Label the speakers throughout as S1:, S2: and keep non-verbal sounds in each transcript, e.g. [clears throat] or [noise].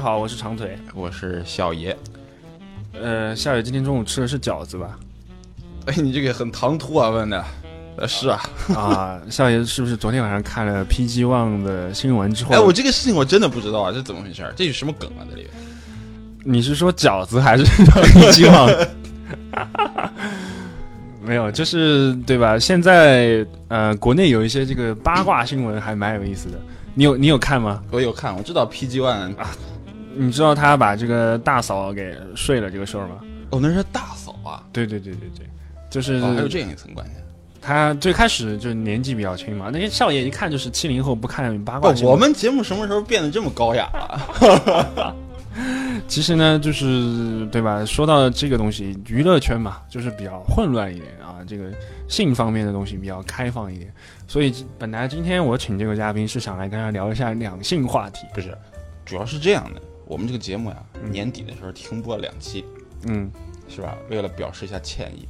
S1: 好，我是长腿。
S2: 我是小爷。
S1: 呃，夏雨今天中午吃的是饺子 [laughs] 吧？
S2: 哎，你这个很唐突啊，问的。呃，是啊。
S1: 啊，夏雨是不是昨天晚上看了 PG One 的新闻之后？
S2: 哎，我这个事情我真的不知道啊，这怎么回事儿？这有什么梗啊？这里
S1: 你是说饺子 [laughs] 还是 PG One？没有，就是对吧？现在呃，国内有一些这个八卦新闻还蛮有意思的。你有你有看吗？
S2: 我有看，我知道 PG One，
S1: 你知道他把这个大嫂给睡了这个事儿吗？
S2: 哦，那是大嫂啊。
S1: 对对对对对，就是、
S2: 哦，还有这样一层关系。
S1: 他最开始就是年纪比较轻嘛，那些少爷一看就是七零后，不看八卦
S2: 哦
S1: 新闻。
S2: 我们节目什么时候变得这么高雅了？
S1: 其实呢，就是对吧？说到这个东西，娱乐圈嘛，就是比较混乱一点啊。这个性方面的东西比较开放一点，所以本来今天我请这个嘉宾是想来跟他聊一下两性话题。
S2: 不是，主要是这样的，我们这个节目呀、年底的时候停播了两期，
S1: 嗯，
S2: 是吧？为了表示一下歉意，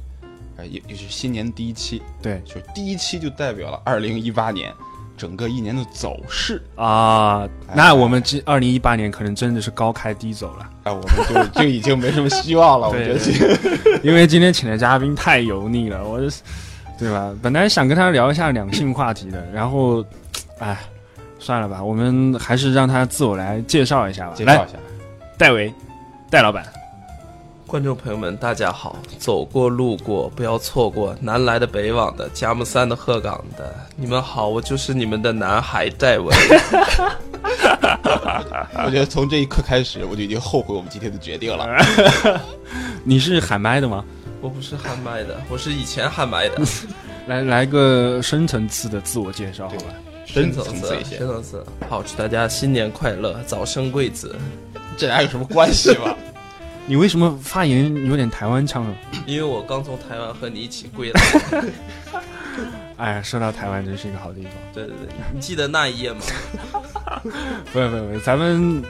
S2: 呃，也也是新年第一期，
S1: 对
S2: 就是第一期就代表了二零一八年整个一年的走势。
S1: 啊，那我们这二零一八年可能真的是高开低走了，
S2: 哎，我们就就已经没什么希望了，
S1: [laughs]
S2: 我
S1: 对
S2: 觉得
S1: 对
S2: 这个。
S1: [laughs] 因为今天请的嘉宾太油腻了，我就是 [laughs] 对吧？本来想跟他聊一下两性话题的，然后，哎，算了吧，我们还是让他自我来介绍一下吧。
S2: 介
S1: 来
S2: 绍，一下，
S1: 戴维，戴老板。
S3: 观众朋友们，大家好！走过路过，不要错过南来的、北往的、佳木三的、鹤岗的，你们好，我就是你们的男孩戴
S2: [laughs]
S3: 文。
S2: 我觉得从这一刻开始，我就已经后悔我们今天的决定了。
S1: 你是喊麦的吗？
S3: 我不是喊麦的，我是以前
S2: [laughs]
S3: 喊麦的，
S1: 来来个深层次的自我介绍，好
S2: 对
S1: 吧？
S2: 深层
S3: 层次
S2: 次一，些
S3: 深，层次。啊好，祝大家新年快乐，早生贵子。
S2: 这俩有什么关系吗？
S1: 你为什么发言有点台湾腔呢？
S3: 因为我刚从台湾和你一起
S2: [laughs]
S3: 归来。
S1: 哎呀，说到台湾真是一个好地方。
S3: 对对对，你记得那一夜吗？
S1: 不不不，咱们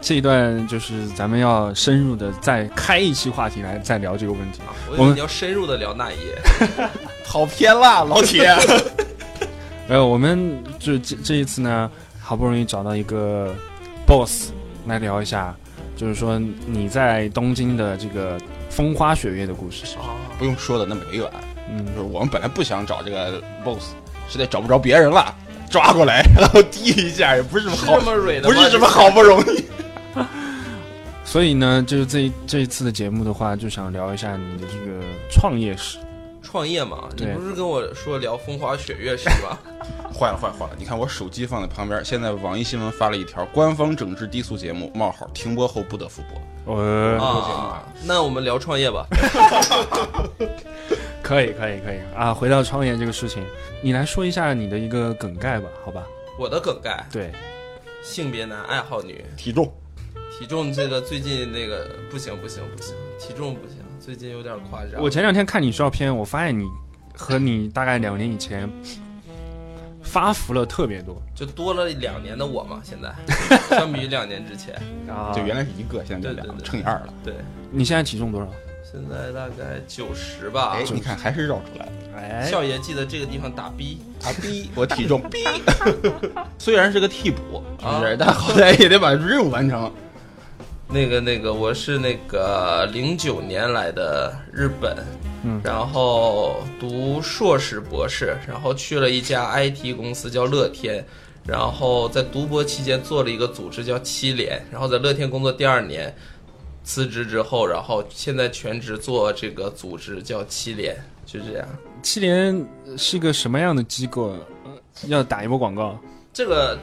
S1: 这一段就是咱们要深入的再开一期话题来再聊这个问题。
S3: 我
S1: 我
S3: 以
S1: 们
S3: 为你要深入的聊那一夜。
S2: 跑偏了，老铁。 [laughs]
S1: 呃，我们就这这一次呢，好不容易找到一个 boss 来聊一下，就是说你在东京的这个风花雪月的故事。
S2: 不用说的那么委婉，
S1: 嗯
S2: 就，是我们本来不想找这个 boss，实在找不着别人了，抓过来，然后滴一下，也不是什么
S3: 是
S2: 好
S3: 这，么蕊的
S2: [laughs] 不
S3: 吗
S2: 是什么好不容易。 [laughs]
S1: 所以呢，就是这一这一次的节目的话，就想聊一下你的这个创业史。
S3: 创业嘛？你
S1: 对
S3: 不是跟我说聊风花雪月是
S2: [laughs]
S3: 吧？
S2: 坏了，坏了，坏了！你看我手机放在旁边，现在网易新闻发了一条：官方整治低俗节目冒号停播后不得复播。
S1: 呃，
S3: 啊，那我们聊创业吧。
S1: 可以，可以，可以啊！回到创业这个事情，你来说一下你的一个梗概吧，好吧？
S3: 我的梗概：
S1: 对，
S3: 性别男，爱好女，
S2: 体重
S3: 体重这个最近那个不行不行不行，体重不行，最近有点夸张。
S1: 我前两天看你照片，我发现你和你大概两年以前发福了特别多
S3: 就多了两年的我嘛，现
S2: [laughs]
S3: 在相比于两年之前，
S1: 啊
S2: 就原来是一个，现在就
S3: 对
S2: 两
S3: 对
S2: 个，
S3: 对
S2: 乘以二了。
S3: 对，
S1: 你现在体重多少？
S3: 现在大概九十吧
S2: 哎。，你看还是绕出来了。
S1: 哎
S3: 少爷记得这个地方打 B，
S2: 啊逼！我体重逼，虽然是个替补，是不是？
S3: 啊
S2: 但好歹也得把任务完成。
S3: 那个那个，我是那个零九年来的日本，
S1: 嗯
S3: 然后读硕士博士，然后去了一家 IT 公司叫乐天，然后在读博期间做了一个组织叫七联，然后在乐天工作第二年，辞职之后，然后现在全职做这个组织叫七联，就这样。
S1: 七联是个什么样的机构？呃要打一波广告？
S3: 这个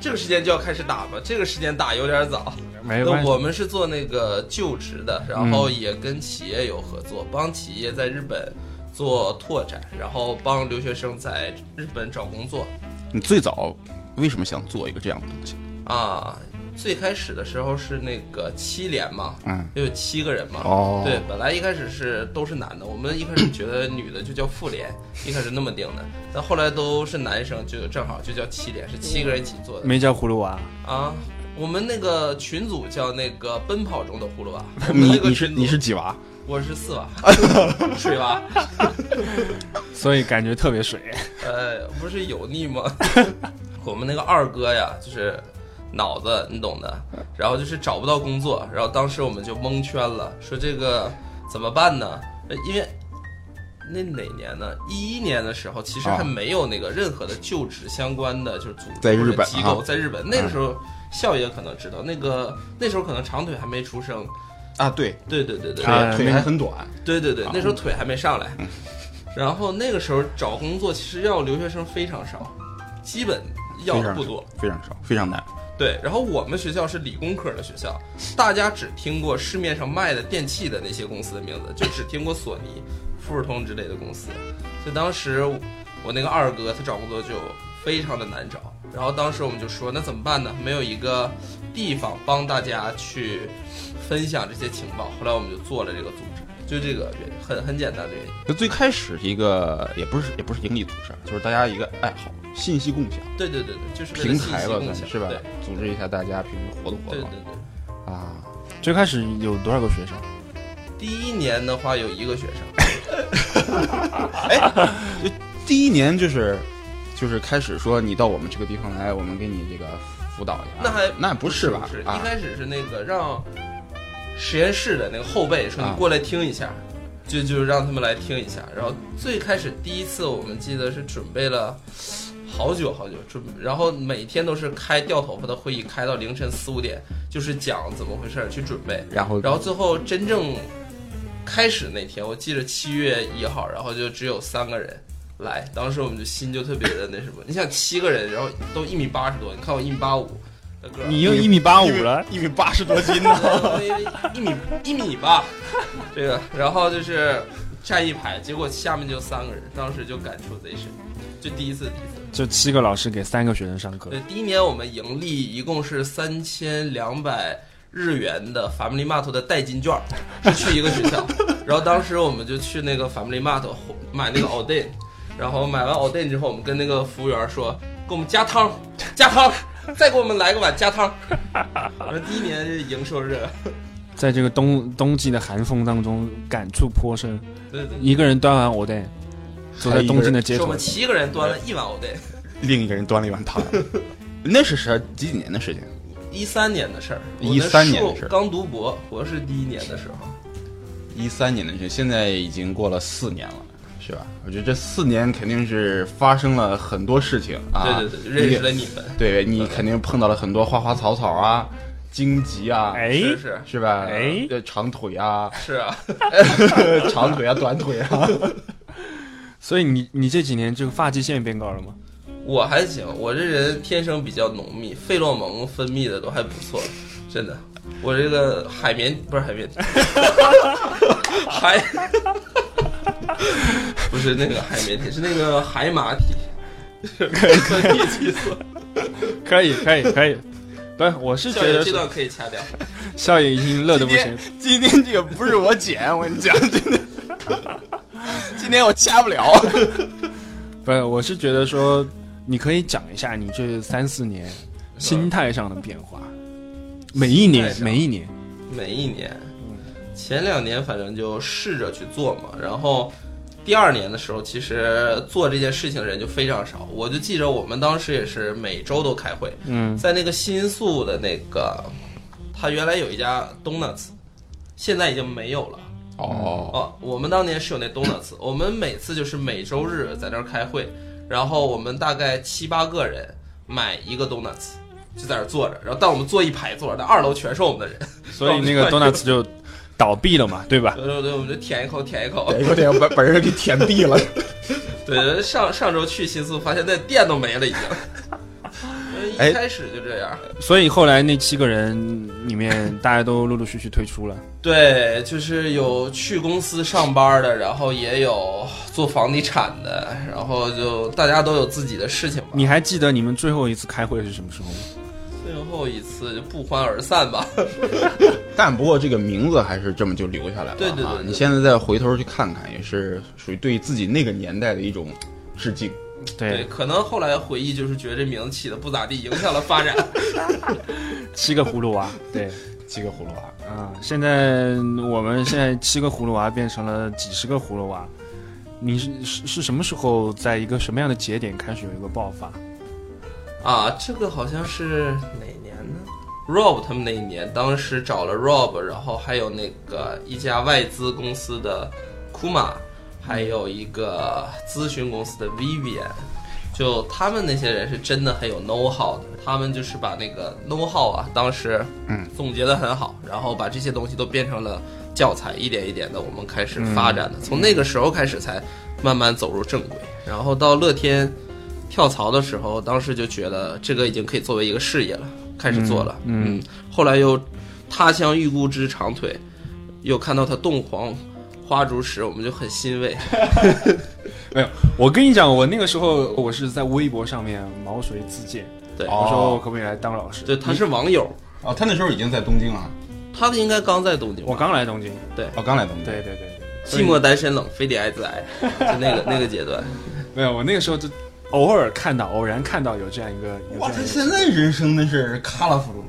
S3: 这个时间就要开始打吧，这个时间打有点早。
S1: 没关
S3: 那
S1: 系
S3: 我们是做那个就职的，然后也跟企业有合作，帮企业在日本做拓展，然后帮留学生在日本找工作
S2: 你最早为什么想做一个这样的东西？
S3: 啊。最开始的时候是那个七连嘛，
S2: 嗯，
S3: 就有七个人嘛。
S2: 哦
S3: 对，本来一开始是都是男的，我们一开始觉得女的就叫妇联，一开始那么定的，但后来都是男生，就正好就叫七连，是七个人一起做的
S1: 没叫葫芦娃，
S3: 啊。我们那个群组叫那个奔跑中的葫芦娃，我们
S2: 你
S3: 那个
S2: 你是
S3: 群组
S2: 你是几娃？
S3: 我是四娃，
S2: [laughs]
S3: 水娃，
S1: 所以感觉特别水。
S3: 呃，
S2: [laughs]
S3: 不是油腻吗？我们那个二哥呀，就是脑子，你懂的。然后就是找不到工作，然后当时我们就蒙圈了，说这个怎么办呢？呃因为那哪年呢？一一年的时候，其实
S2: 啊
S3: 还没有那个任何的就职相关的就是组织
S2: 在
S3: 或者
S2: 日本
S3: 机构，
S2: 啊
S3: 在日本那个时候，笑爷可能知道，那个那时候可能长腿还没出生，
S2: 啊，对，
S3: 对对对对
S1: 啊
S2: 腿腿还很短，
S3: 对对对
S2: 啊，
S3: 那时候腿还没上来，
S2: 嗯
S3: 然后那个时候找工作其实要留学生非常少，基本要
S2: 非常
S3: 不多。
S2: 非常少，非常难。
S3: 对，然后我们学校是理工科的学校，大家只听过市面上卖的电器的那些公司的名字，就只听过索尼、富士通之类的公司。所以当时我我那个二哥他找工作就非常的难找，然后当时我们就说那怎么办呢？没有一个地方帮大家去分享这些情报。后来我们就做了这个组织，就这个原因很很简单的原因。
S2: 就最开始一个也不是也不是盈利组织，啊就是大家一个爱好，信息共享
S3: 对对对对，
S2: [laughs]
S3: 就是为了
S2: 平台
S3: 信息
S2: 吧，
S3: 共
S2: 算
S3: 享
S2: 是吧
S3: 对？
S2: 组织一下大家平时活动活
S3: 对对
S2: 动
S3: 对。
S2: 啊。
S1: 最开始有多少个学生？
S3: 第一年的话有一个学生，
S2: 第一年就是就是开始说你到我们这个地方来，我们给你这个辅导一下。
S3: 那还
S2: 啊那不
S3: 是
S2: 吧？
S3: 不
S2: 啊
S3: 一，开始是那个让实验室的那个后辈说
S2: 啊
S3: 你过来听一下，就就让他们来听一下。然后最开始第一次我们记得是准备了好久好久，准然后每天都是开掉头发的会议，开到凌晨四五点，就是讲怎么回事儿去准备。
S2: 然后
S3: 然后最后真正开始那天，我记得七月一号，然后就只有三个人来，当时我们就心就特别的那什么。你想七个人，然后都一米八十多，你看我一米八五的个儿，
S1: 你又一米八五了，
S2: 一米八十多斤呢
S3: 一米一米吧，这个，然后就是站一排，结果下面就三个人，当时就感触贼深，就第一次第一次。
S1: 就七个老师给三个学生上课
S3: 对，，第一年我们盈利一共是三千两百日元的 Family Mart 的代金券 [laughs] 儿，是去一个学校。然后当时我们就去那个 Family Mart 买那个 o d a i n 然后买完 o d a i n 之后，我们跟那个服务员说，给我们加 [laughs] 汤，加汤，再给我们来个碗加汤。然后第一年是营收是这个，
S1: 在这个冬冬季的寒风当中，感触颇深。
S3: 对对
S1: 一个人端完藕蛋，走在东京的
S3: 对，
S1: 街
S3: 是我
S1: 头
S3: 们，七个人端了一碗 o d a i n
S2: [laughs] 另一个人端了一碗汤。 [laughs] 那是啥？几几年的时间？
S3: 一三年的事儿，我那
S2: 13年的事儿
S3: 硕刚读博，博士第一年的时候。
S2: 一三年的事，现在已经过了四年了，是吧？我觉得这四年肯定是发生了很多事情啊。
S3: 对对对，认识了你们，
S2: 你。对你肯定碰到了很多花花草草啊，荆棘啊，
S1: 哎，
S3: 是是
S2: 是吧？
S1: 哎
S2: 呃，长腿啊，
S3: 是啊，
S2: 长腿啊，短腿啊。
S1: 所以你你这几年这个发际线变高了吗？
S3: 我还行，我这人天生比较浓密，费洛蒙分泌的都还不错，真的。我这个海绵不是海绵， [laughs] 海不是那个海绵体，是那个海马
S1: [laughs]
S3: 体，分泌激素。
S1: 可以可以可以， [laughs] 不是，我是觉
S3: 校友
S1: 得
S3: 这段可以掐掉。
S1: 笑也已经乐得不行。
S2: [laughs] 今天这个不是我剪，我跟你讲，真的， [laughs] 今天我掐不了。
S1: 不是，我是觉得说，你可以讲一下你这三四年心态上的变化，每一年
S3: 嗯心态上
S1: 每一年，
S3: 每一年，
S1: 嗯
S3: 前两年反正就试着去做嘛，然后第二年的时候，其实做这件事情的人就非常少。我就记着我们当时也是每周都开会，
S1: 嗯，
S3: 在那个新宿的那个，它原来有一家 Donuts，现在已经没有了。
S2: 哦，
S3: 哦，我们当年是有那
S2: [coughs]
S3: Donuts，我们每次就是每周日在那儿开会，然后我们大概七八个人买一个 Donuts，就在那儿坐着，然后但我们坐一排坐着，但二楼全是我们的人。
S2: [laughs]
S1: 所以那个
S3: 哦
S1: donuts 就倒闭了嘛，对吧？
S3: 对对对，我们就舔一口，舔一口。
S2: 对，有点把把人给舔毙了。
S3: 对，上上周去新宿，发现那店都没了，
S2: [laughs]
S3: 已经。因为
S2: 哎
S3: 一开始就这样。
S1: 所以后来那七个人里面，大家都陆陆续续退 [laughs] 出了。
S3: 对，就是有去公司上班的，然后也有做房地产的，然后就大家都有自己的事情吧。
S1: 你还记得你们最后一次开会是什么时候吗？
S3: 最后一次就不欢而散吧。
S2: 但不过这个名字还是这么就留下来了啊。
S3: 对对对对
S2: 你现在再回头去看看，也是属于对自己那个年代的一种致敬。
S3: 对，，可能后来回忆就是觉得这名字起的不咋地，影响了发展。
S1: 七个葫芦 [laughs] 娃。对，
S2: 七个葫芦娃，
S1: 啊，现在我们现在七个葫芦娃变成了几十个葫芦娃。你是是是什么时候，在一个什么样的节点开始有一个爆发？
S3: 啊，这个好像是哪年呢？ Rob 他们那一年，当时找了 Rob，然后还有那个一家外资公司的 Kuma，还有一个咨询公司的 Vivian，就他们那些人是真的很有 know how 的，他们就是把那个 know how 啊，当时
S2: 嗯
S3: 总结的很好，然后把这些东西都变成了教材，一点一点的我们开始发展的，从那个时候开始才慢慢走入正轨，然后到乐天。跳槽的时候，当时就觉得这个已经可以作为一个事业了，开始做了。
S1: 嗯
S3: 后来又他乡遇故知长腿，又看到他洞房花烛时，我们就很欣慰。
S1: 我跟你讲，我那个时候我是在微博上面毛遂自荐，
S3: 对，
S2: 哦
S1: 我说我可不可以来当老师？
S3: 对，他是网友，
S2: 哦，他那时候已经在东京了，
S3: 他应该刚在东京吧，
S1: 我刚来东京，
S2: 哦，刚来东京。
S1: 对对对对，所以
S3: 寂寞单身冷，非得爱自爱，就那个那个阶段。
S1: 没有，我那个时候就偶尔看到，偶然看到有这样一个，有
S2: 哇，
S1: 这样
S2: 他
S1: 一个
S2: 现在人生那是 colorful 了，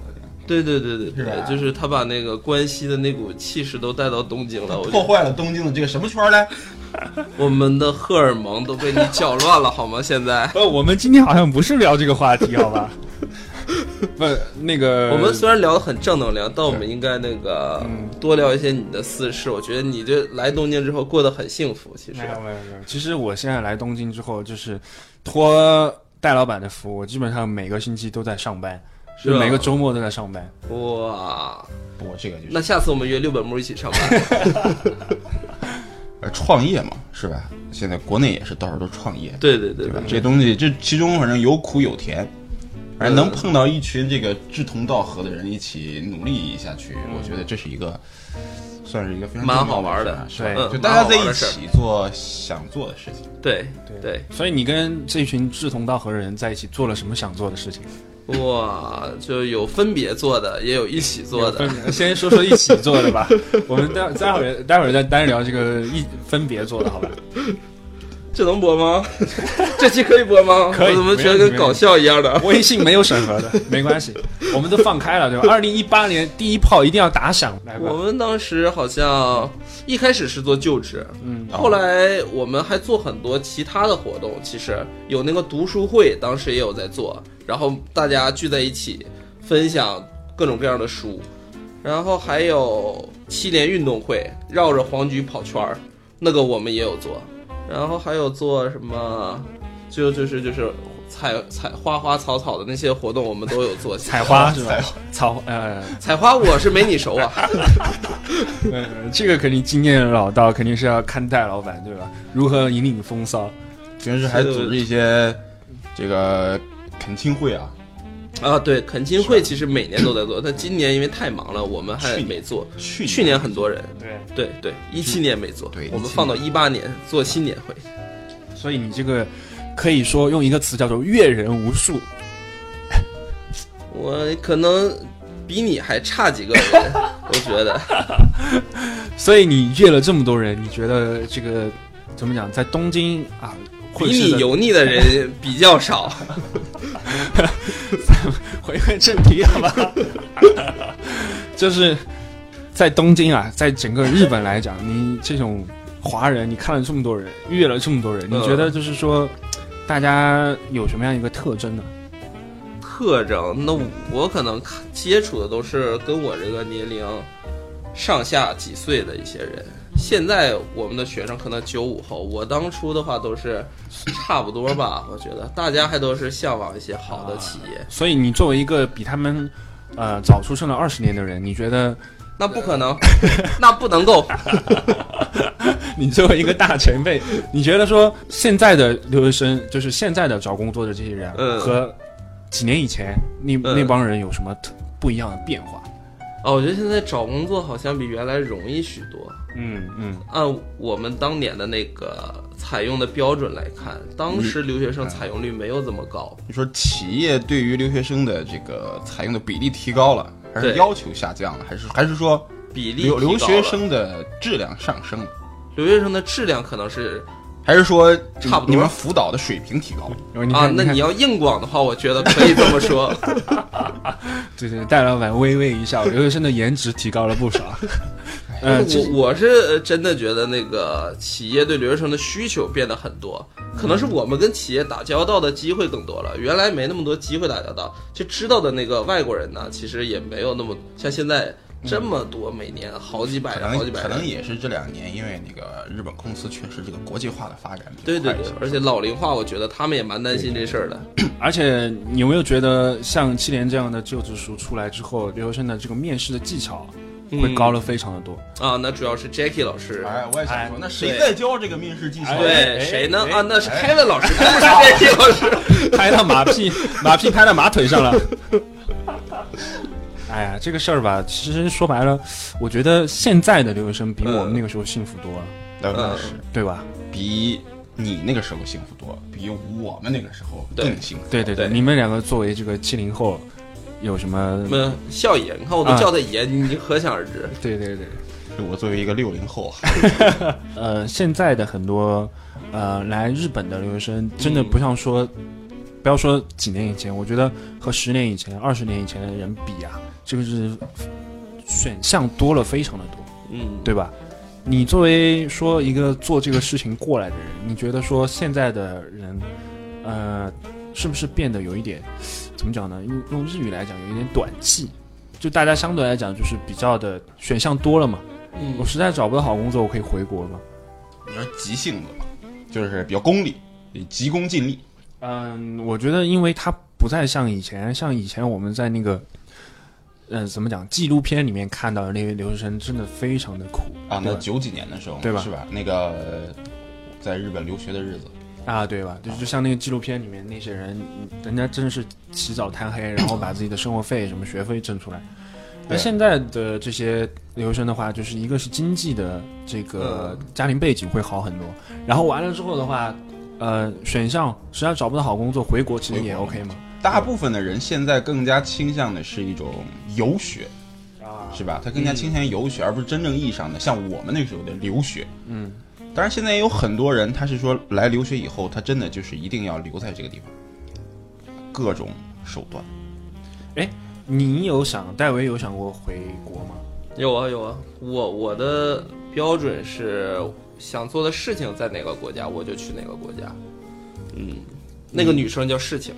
S3: 对对对对
S2: 是啊吧
S3: 对，就是他把那个关西的那股气势都带到东京了，我
S2: 破
S3: 就
S2: 坏了东京的这个什么圈嘞？
S3: 我们的荷尔蒙都被你搅乱了，好吗？现在。
S1: 呃，我们今天好像不是聊这个话题，好 [laughs] 吧？不，那个
S3: 我们虽然聊得很正能量，但我们应该那个
S1: 嗯
S3: 多聊一些你的私事。我觉得你这来东京之后过得很幸福，其实
S1: 没。有没有没有，其实我现在来东京之后，就是托戴老板的福，我基本上每个星期都在上班，
S3: 是
S1: 就
S3: 吧
S1: 每个周末都在上班。
S3: 哇，
S2: 我这个就是
S3: 那下次我们约六本木一起
S1: [laughs]
S3: 上班。
S2: 呃创业嘛，是吧？现在国内也是到处都创业，
S3: 对对对
S2: 对吧
S3: 对，？
S2: 这东西这其中反正有苦有甜，反正能碰到一群这个志同道合的人一起努力下去，我觉得这是一个算是一个非常
S3: 蛮
S2: 重要
S3: 好玩的
S2: 事儿啊
S1: 对
S2: 就
S3: 嗯
S2: 大家在
S3: 蛮好玩
S2: 一
S3: 的事儿
S2: 起做想做的事情。
S3: 对对
S1: 所以你跟这群志同道合的人在一起做了什么想做的事情？
S3: 哇，就有分别做的，也有一起做的。
S1: 分 [laughs] 先说说一起做 [laughs] 的吧。我们待待会儿待会儿再单聊这个一分别做的，好吧？ [laughs]
S3: 这能播吗？ [laughs] 这期可以播吗？
S1: 可以
S3: 我怎么觉得跟搞笑一样的？
S1: 微信没有审核的，没关系，我们都放开了，对吧？二零一八年第一炮一定要打响，来吧
S3: 我。们当时好像一开始是做就职，
S1: 嗯，
S3: 后来我们还做很多其他的活动，其实有那个读书会，当时也有在做，然后大家聚在一起分享各种各样的书，然后还有七连运动会，绕着黄菊跑圈儿，那个我们也有做，然后还有做什么，就就是就是采采花花草草的那些活动，我们都有 [laughs] 做。
S1: 采 [laughs] 花是吧？草 [laughs] 呃，
S3: 采花我是没你熟啊，
S1: 呃，这个肯定经验老道，肯定是要看戴老板对吧？如何引领风骚？
S2: 平时还组织一些这个恳亲会啊，
S3: 啊对，恳亲会其实每年都在做，但今年因为太忙了，我们还
S2: 去年
S3: 没做。
S2: 去
S3: 去年很多人，
S1: 对，
S3: 对对，一七年没做，
S2: 对
S3: 我们
S2: 17
S3: 放到一八年做新年会，
S1: 所以你这个可以说用一个词叫做阅人无数。
S3: 我可能比你还差几个人，我觉 [laughs] 得
S1: 所以你阅了这么多人，你觉得这个怎么讲？在东京啊，
S3: 比
S1: 混世
S3: 你
S1: 的
S3: 油腻的人比较少。
S1: 回归正题好吧？ [laughs] 就是在东京啊，在整个日本来讲，你这种华人，你看了这么多人，阅了这么多人，你
S3: 嗯
S1: 觉得就是说，大家有什么样一个特征呢？
S3: 特征，那我可能看接触的都是跟我这个年龄上下几岁的一些人。现在我们的学生可能九五后，我当初的话都是差不多吧，我觉得大家还都是向往一些好的企业。
S1: 所以你作为一个比他们呃早出生了二十年的人，你觉得
S3: 那不可能，那不能够，
S1: [laughs] 你作为一个大前辈，你觉得说现在的留学生，就是现在的找工作的这些人，啊
S3: 嗯
S1: 和几年以前那、
S3: 嗯
S1: 那帮人有什么特不一样的变化？
S3: 啊，我觉得现在找工作好像比原来容易许多。
S1: 嗯嗯，
S3: 按我们当年的那个采用的标准来看，当时留学生采用率没有这么高。
S2: 你说企业对于留学生的这个采用的比例提高了，还是
S3: 对
S2: 要求下降了，还是还是说
S3: 比例
S2: 留
S3: 提高
S2: 留
S3: 了
S2: 学生的质量上升了，
S3: 留学生的质量可能是
S2: 还是说
S3: 差不多
S2: 你们辅导的水平提高了？
S1: 然后你看
S3: 啊，那
S1: 看
S3: 你要硬广的话，我觉得可以这么说。 [laughs]
S1: 对对，戴老板微微一笑，留学生的颜值提高了不少。嗯，其
S3: 哎我我是真的觉得那个企业对留学生的需求变得很多，可能是
S2: 嗯
S3: 我们跟企业打交道的机会更多了，原来没那么多机会打交道，就知道的那个外国人呢，其实也没有那么像现在这么多，每年好几百
S2: 嗯可
S3: 人，好几
S2: 能
S3: 百
S2: 可
S3: 人
S2: 能。也是这两年，因为那个日本公司确实这个国际化的发展比较
S3: 对对
S2: 快一嗯
S3: 对
S2: 些，
S3: 而且老龄化，我觉得他们也蛮担心这事儿的。
S1: 而且你有没有觉得像七连这样的就职书出来之后，留学生的这个面试的技巧会高了非常的多？
S3: 啊，那主要是 Jackie 老师，
S2: 哎，我也想说，那谁
S3: 对
S2: 在教这个面试技巧？
S1: 哎
S3: 对谁呢？
S1: 哎
S3: 啊，那是 Kevin 老
S2: [laughs]
S3: 师，那不是 Jackie 老师。
S1: 拍到马
S3: [laughs]
S1: 屁，马屁拍到马腿上了。 [laughs] 哎呀，这个事儿吧，其实说白了，我觉得现在的留学生比我们那个时候幸福多了，
S3: 嗯
S2: 那那是
S1: 对吧？
S2: 比你那个时候幸福多，比我们那个时候更幸福。
S1: 对对对，
S3: 对
S1: 你们两个作为这个七零后，有什么？
S3: 嗯，笑爷，你看我都
S2: 啊
S3: 叫他爷，你你可想而知。
S1: 对对对，
S2: 我作为一个六零后，
S1: 呃，现在的很多呃来日本的留学生，真的
S3: 嗯
S1: 不像说，不要说几年以前，我觉得和十年以前、二十年以前的人比啊，这个是选项多了非常的多，
S3: 嗯，
S1: 对吧？你作为说一个做这个事情过来的人，你觉得说现在的人，呃，是不是变得有一点怎么讲呢？用用日语来讲，有一点短气，就大家相对来讲就是比较的选项多了嘛。我
S3: 嗯，
S1: 实在找不到好工作，我可以回国嘛。
S2: 你要急性子嘛，就是比较功利，急功近利。
S1: 嗯，我觉得因为它不再像以前，像以前我们在那个，嗯、怎么讲，纪录片里面看到的那些留学生，真的非常的苦
S2: 啊，
S1: 对
S2: 那
S1: 吧
S2: 九几年的时候嘛，
S1: 对吧
S2: 是吧？那个呃在日本留学的日子，
S1: 啊，对吧？就是就像那个纪录片里面那些人，嗯人家真的是起早贪黑，然后把自己的生活费、什么学费挣出来。那
S2: 对
S1: 现在的这些留学生的话，就是一个是经济的这个
S2: 嗯
S1: 家庭背景会好很多，然后完了之后的话，呃，选项实在找不到好工作，回国其实也
S2: 回国
S1: OK 嘛。
S2: 大部分的人现在更加倾向的是一种游学，
S1: 啊，
S2: 是吧？他更加倾向于游学，而不是真正意义上的像我们那时候的留学。
S1: 嗯，
S2: 当然，现在也有很多人，他是说来留学以后，他真的就是一定要留在这个地方，各种手段。
S1: 你有想戴维有想过回国吗？
S3: 有啊有啊，我我的标准是想做的事情在哪个国家，我就去哪个国家。嗯，那个女生叫事情，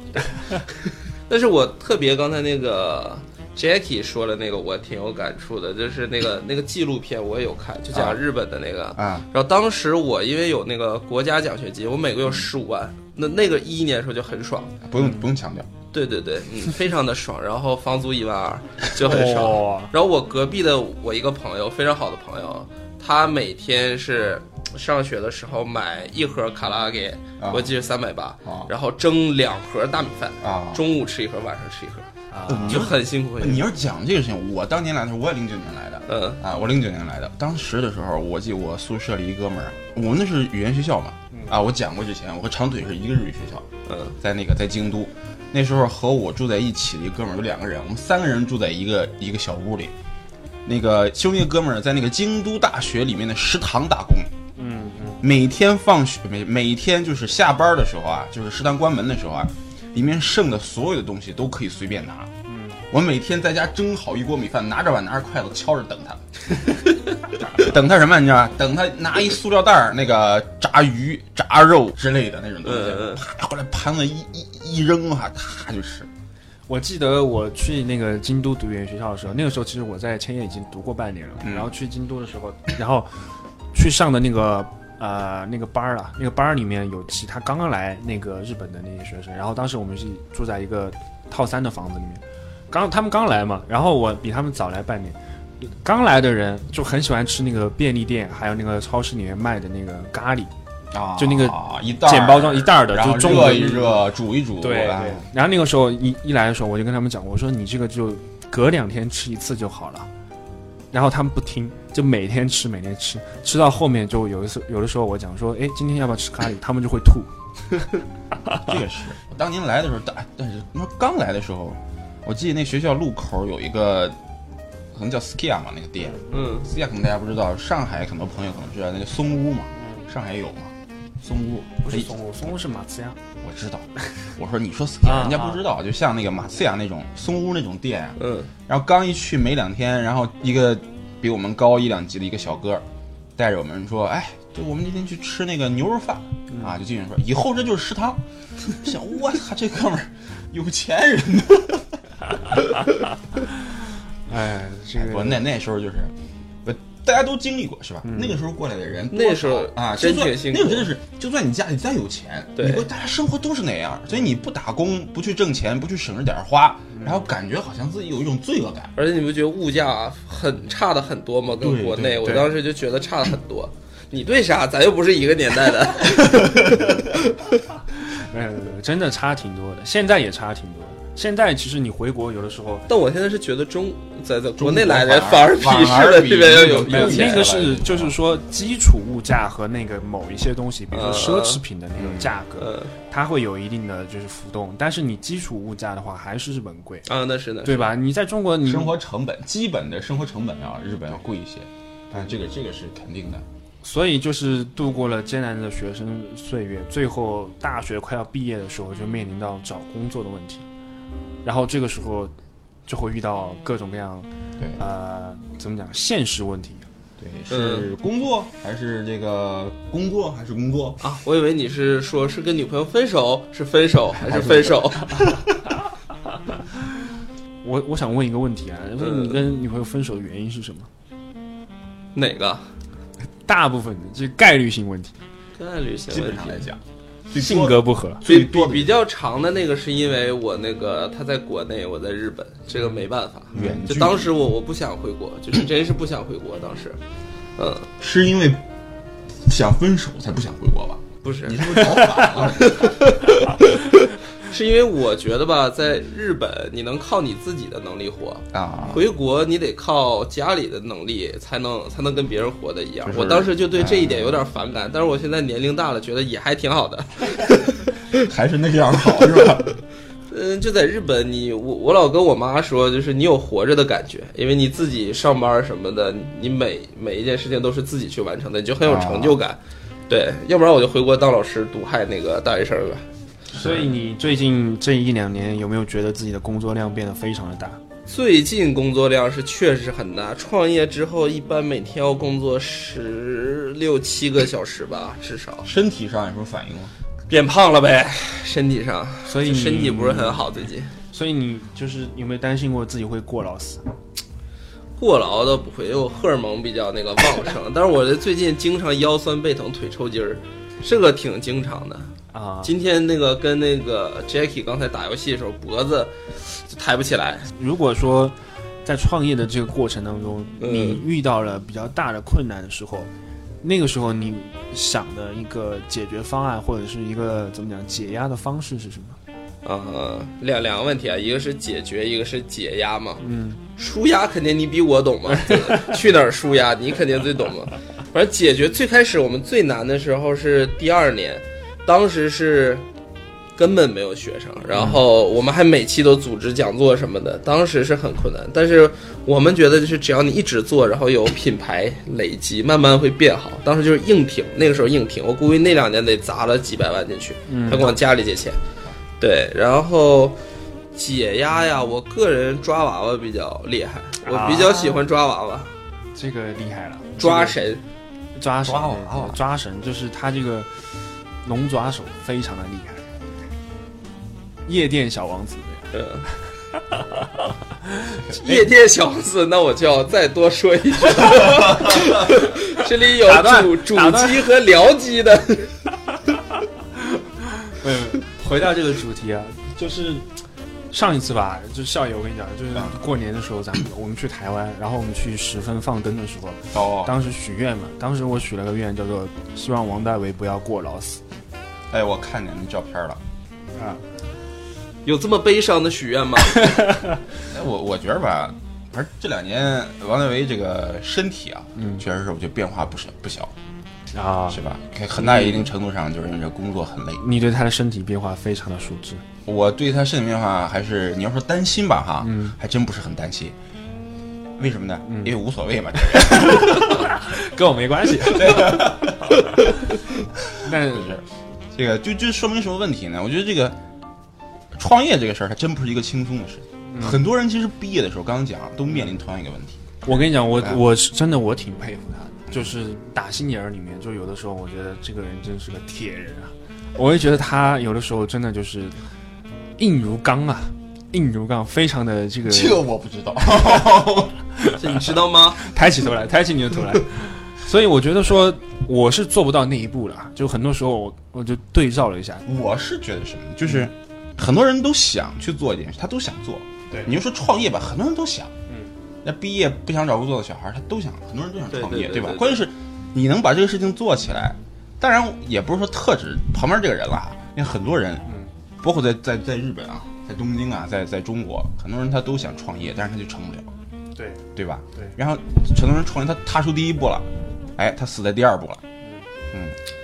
S3: [laughs] 但是我特别刚才那个 Jackie 说的那个，我挺有感触的，就是那个那个纪录片我也有看，就
S2: 啊
S3: 讲日本的那个。
S2: 啊，
S3: 然后当时我因为有那个国家奖学金，我每个月有十五万，那那个一一年的时候就很爽，
S2: 不
S1: 嗯
S2: 用不用强调，
S3: 对对对，嗯，非常的爽。然后房租一万二就很爽。
S1: 哦
S3: 然后我隔壁的我一个朋友，非常好的朋友，他每天是上学的时候买一盒卡拉给，
S2: 啊
S3: 我记得三百八
S2: 啊，
S3: 然后蒸两盒大米饭，
S2: 啊
S3: 中午吃一盒，晚上吃一盒，
S1: 啊，
S3: 就很辛苦。
S2: 你要是讲这个事情，我当年来的时候，我也零九年来的。
S3: 嗯
S2: 啊，我零九年来的，当时的时候，我记得我宿舍里一哥们儿，我们那是语言学校嘛，啊，我讲过之前，我和长腿是一个日语学校，
S3: 嗯
S2: 在那个在京都，那时候和我住在一起的一哥们儿有两个人，我们三个人住在一个一个小屋里。那个其中一个哥们儿在那个京都大学里面的食堂打工，
S1: 嗯嗯，
S2: 每天放学每每天就是下班的时候啊，就是食堂关门的时候啊，里面剩的所有的东西都可以随便拿。嗯，我每天在家蒸好一锅米饭，拿着碗拿着筷子敲着等他，等他什 [laughs] 么你知道吧？等他拿一塑料袋儿那个炸鱼、炸肉之类的那种东
S3: 嗯嗯
S2: 西，啪过来盘子一一一扔啊，咔就吃。
S1: 我记得我去那个京都读语言学校的时候，那个时候其实我在千叶已经读过半年了，
S2: 嗯
S1: 然后去京都的时候，然后去上的那个呃那个班儿啊，那个班儿里面有其他刚刚来那个日本的那些学生，然后当时我们是住在一个套三的房子里面，刚他们刚来嘛，然后我比他们早来半年。刚来的人就很喜欢吃那个便利店，还有那个超市里面卖的那个咖喱，
S2: 啊，
S1: 就那个
S2: 一袋儿
S1: 简包装一袋儿的
S2: 然后
S1: 就中
S2: 热
S1: 午
S2: 一热，煮一煮，
S1: 对
S2: 啊
S1: 对。然后那个时候一一来的时候，我就跟他们讲，我说你这个就隔两天吃一次就好了。然后他们不听，就每天吃，每天吃，吃到后面就有一次，有的时候我讲说，哎，今天要不要吃咖喱？他们就会吐。
S2: 这个是我当年来的时候，但但是你说刚来的时候，我记得那学校路口有一个，可能叫 Skia 嘛，那个店
S3: 嗯，
S2: ，Skia 可能大家不知道，上海很多朋友可能知道，那个松屋嘛，上海有嘛，松屋哎
S1: 松，松是马自亚。
S2: 我知道。我说你说
S1: 啊
S2: Skia，人家
S1: 啊
S2: 不知道，就像那个马刺雅那种松屋那种店啊，
S3: 嗯
S2: 然后刚一去没两天，然后一个比我们高一两级的一个小哥，带着我们说：“哎，就我们那天去吃那个牛肉饭
S3: 嗯
S2: 啊，就进去说以后这就是食
S3: [laughs]
S2: 堂。”想我操，这哥们儿有钱人呢！
S1: 哎，这个
S2: 我那那时候就是，我大家都经历过是吧？那个时候过来的人多
S3: 嗯那时候
S2: 少啊，
S3: 真
S2: 就算
S3: 挺辛苦
S2: 那个时候真的是，就算你家里再有钱，
S3: 对
S2: 你过大家生活都是那样，所以你不打工，不去挣钱，不去省着点儿花，
S3: 嗯
S2: 然后感觉好像自己有一种罪恶感。
S3: 而且你不觉得物价很差的很多吗？跟
S2: 对
S3: 国
S2: 对
S3: 内，我
S1: 对
S3: 当时就觉得差的很多。 [clears throat] 你对啥？咱又不是一个年代的。
S2: [laughs]
S1: 呃，真的差挺多的，现在也差挺多的。现在其实你回国有的时候，
S3: 但我现在是觉得中在在国内
S2: 中国
S3: 来的人
S2: 反
S3: 反
S2: 而
S3: 而鄙视了这边要
S2: 反而
S3: 有
S2: 比那
S3: 有
S2: 种
S3: 钱
S1: 那
S2: 没
S1: 个
S2: 有
S3: 人。
S1: 是就是说基础物价和那个某一些东西，比如说奢侈品的那种价格，
S3: 呃
S1: 它会有一定的就是浮动，但是你基础物价的话还是日本贵，
S3: 啊，那是的，
S1: 对吧？你在中国你
S2: 生活成本，基本的生活成本啊，日本要贵一些，但这个这个是肯定的。
S1: 所以就是度过了艰难的学生岁月，最后大学快要毕业的时候，就面临到找工作的问题，然后这个时候就会遇到各种各样，
S2: 对
S1: 呃，怎么讲现实问题？
S2: 对，是呃工作还是这个工作还是工作？
S3: 啊，我以为你是说是跟女朋友分手，是分手还是分手？
S1: 我我想问一个问题啊，
S3: 呃
S1: 就是你跟女朋友分手的原因是什么？
S3: 哪个？
S1: 大部分的这概率性问题，
S3: 概率性
S2: 基
S3: 问
S2: 本
S3: 题
S2: 上。来讲，最多
S1: 性格不合。
S2: 最
S3: 最
S2: 多的
S3: 比比较长的那个是因为我那个他在国内，我在日本，这个没办法。
S2: 远距
S3: 就
S2: 离
S3: 当时我我不想回国，就是真是不想回国。
S2: [laughs]
S3: 当时，嗯，
S2: 是因为想分手才不想回国吧？
S3: 不是
S2: 你，是不是找反了？
S3: 是因为我觉得吧，在日本你能靠你自己的能力活，
S2: 啊，
S3: 回国你得靠家里的能力才能才能跟别人活的一样
S2: 就。是
S3: 我当时就对这一点有点反感，但是我现在年龄大了，觉得也还挺好的。
S2: 还是那样好是吧？
S3: 嗯，就在日本，你我我老跟我妈说，就是你有活着的感觉，因为你自己上班什么的，你每每一件事情都是自己去完成的，你就很有成就
S1: 啊
S3: 感。对，要不然我就回国当老师，毒害那个大学生了。
S1: 所以你最近这一两年有没有觉得自己的工作量变得非常的大？
S3: 最近工作量是确实很大，创业之后一般每天要工作十六七个小时吧，至少
S2: 身体上有什么反应吗？
S3: 变胖了呗，身体上，
S1: 所以
S3: 就
S1: 你
S3: 身体不是很好，最近。
S1: 所以你就是有没有担心过自己会过劳死？
S3: 过劳倒不会，因为我荷尔蒙比较那个旺盛，但是我这最近经常腰酸背疼、腿抽筋儿，这个挺经常的。
S1: 啊，
S3: 今天那个跟那个 Jacky 刚才打游戏的时候，脖子就抬不起来。
S1: 如果说在创业的这个过程当中，
S3: 嗯
S1: 你遇到了比较大的困难的时候，那个时候你想的一个解决方案或者是一个怎么讲解压的方式是什么？
S3: 呃，两两个问题啊，一个是解决，一个是解压嘛。
S1: 嗯，
S3: 舒压肯定你比我懂嘛，去哪儿舒压你肯定最懂嘛。反正解决最开始我们最难的时候是第二年，当时是根本没有学生，然后我们还每期都组织讲座什么的，当时是很困难。但是我们觉得就是只要你一直做，然后有品牌累积，慢慢会变好。当时就是硬挺，那个时候硬挺，我估计那两年得砸了几百万进去，
S1: 嗯
S3: 还管家里借钱。对，然后解压呀，我个人抓娃娃比较厉害，我比较喜欢抓娃娃，
S1: 啊这个厉害了，
S3: 抓神。
S1: 抓绳
S2: 抓娃娃
S1: 抓绳就是他这个龙爪手非常的厉害，夜店小王子。
S3: 嗯，
S1: 哎
S3: 夜店小王子，那我就要再多
S1: [laughs]
S3: 说一句，这里有
S1: 打断
S3: 主主
S1: 打断
S3: 机和僚机的。
S1: 没有没有，回到这个主题啊，就是啊上一次吧，就是校友，我跟你讲，就是过年的时候，咱们我们去台湾，然后我们去十分放灯的时候，
S2: 哦，
S1: 当时许愿嘛，当时我许了个愿，叫做希望王大为不要过劳死
S2: 哎，我看见那照片了。
S1: 啊。
S3: 有这么悲伤的许愿吗？
S2: 哎，我我觉得吧，反正这两年王大为这个身体啊，
S1: 嗯
S2: 确实是我觉得变化不小不小，
S1: 啊
S2: 是，吧？很大一定程度上就是因为这工作很累。
S1: 你对他的身体变化非常的熟知，
S2: 我对他身体变化还是你要说担心吧哈，还真不是很担心。为什么呢？因为无所谓嘛，这人
S1: 跟我没关 [laughs] 系。但
S2: 就是这个就就说明什么问题呢？我觉得这个创业这个事儿，它真不是一个轻松的事情。很多人其实毕业的时候，刚刚讲都面临同样一个问题，
S1: 我跟你讲，我
S2: 对吧
S1: 我是真的我挺佩服他的，就是打心眼儿里面，就有的时候我觉得这个人真是个铁人啊，我也觉得他有的时候真的就是硬如钢啊，硬如钢，非常的这个
S2: 这我不知道。
S3: 这你知道吗？
S1: 抬起头来，抬起你的
S2: [laughs]
S1: 头来。所以我觉得说我是做不到那一步的啊，就很多时候我我就对照了一下，
S2: 我是觉得什么，就是很多人都想去做一件事，他都想做。
S1: 对
S2: 你就说创业吧，很多人都想。
S1: 嗯，
S2: 那毕业不想找工作的小孩，他都想，很多人都想创业，
S3: 对对对
S2: 吧
S3: 对？对
S2: 关键是你能把这个事情做起来。当然，也不是说特指旁边这个人了啊，因为很多人，
S1: 嗯
S2: 包括在在在日本啊，在东京啊，在在中国，很多人他都想创业，但是他就成不了，
S1: 对，
S2: 对吧？
S1: 对
S2: 然后很多人创业，他踏出第一步了，哎，他死在第二步了。嗯，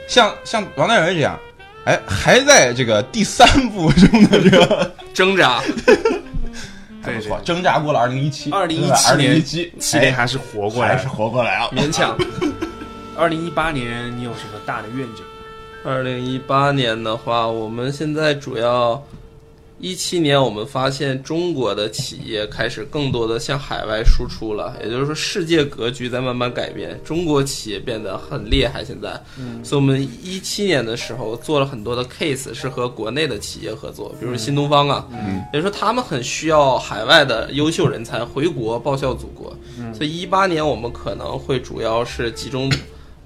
S2: 像像王大为这样，哎，还在这个第三步中的这个
S3: 挣扎，
S2: 还不错
S1: 对，
S2: 挣扎过了二零一七，
S1: 2017
S2: 二零一
S1: 年
S2: 七，哎
S1: 七年还是活过来
S2: 还是
S1: 了。
S2: 活过来了。啊
S3: 勉强。
S1: 二零一八年你有什么大的愿景？
S3: 二零一八年的话，我们现在主要一七年，我们发现中国的企业开始更多的向海外输出了，也就是说，世界格局在慢慢改变，中国企业变得很厉害。现在，嗯，所以我们一七年的时候做了很多的 case，是和国内的企业合作，比如新东方啊，嗯，也就是说他们很需要海外的优秀人才回国报效祖国，所以一八年我们可能会主要是集中。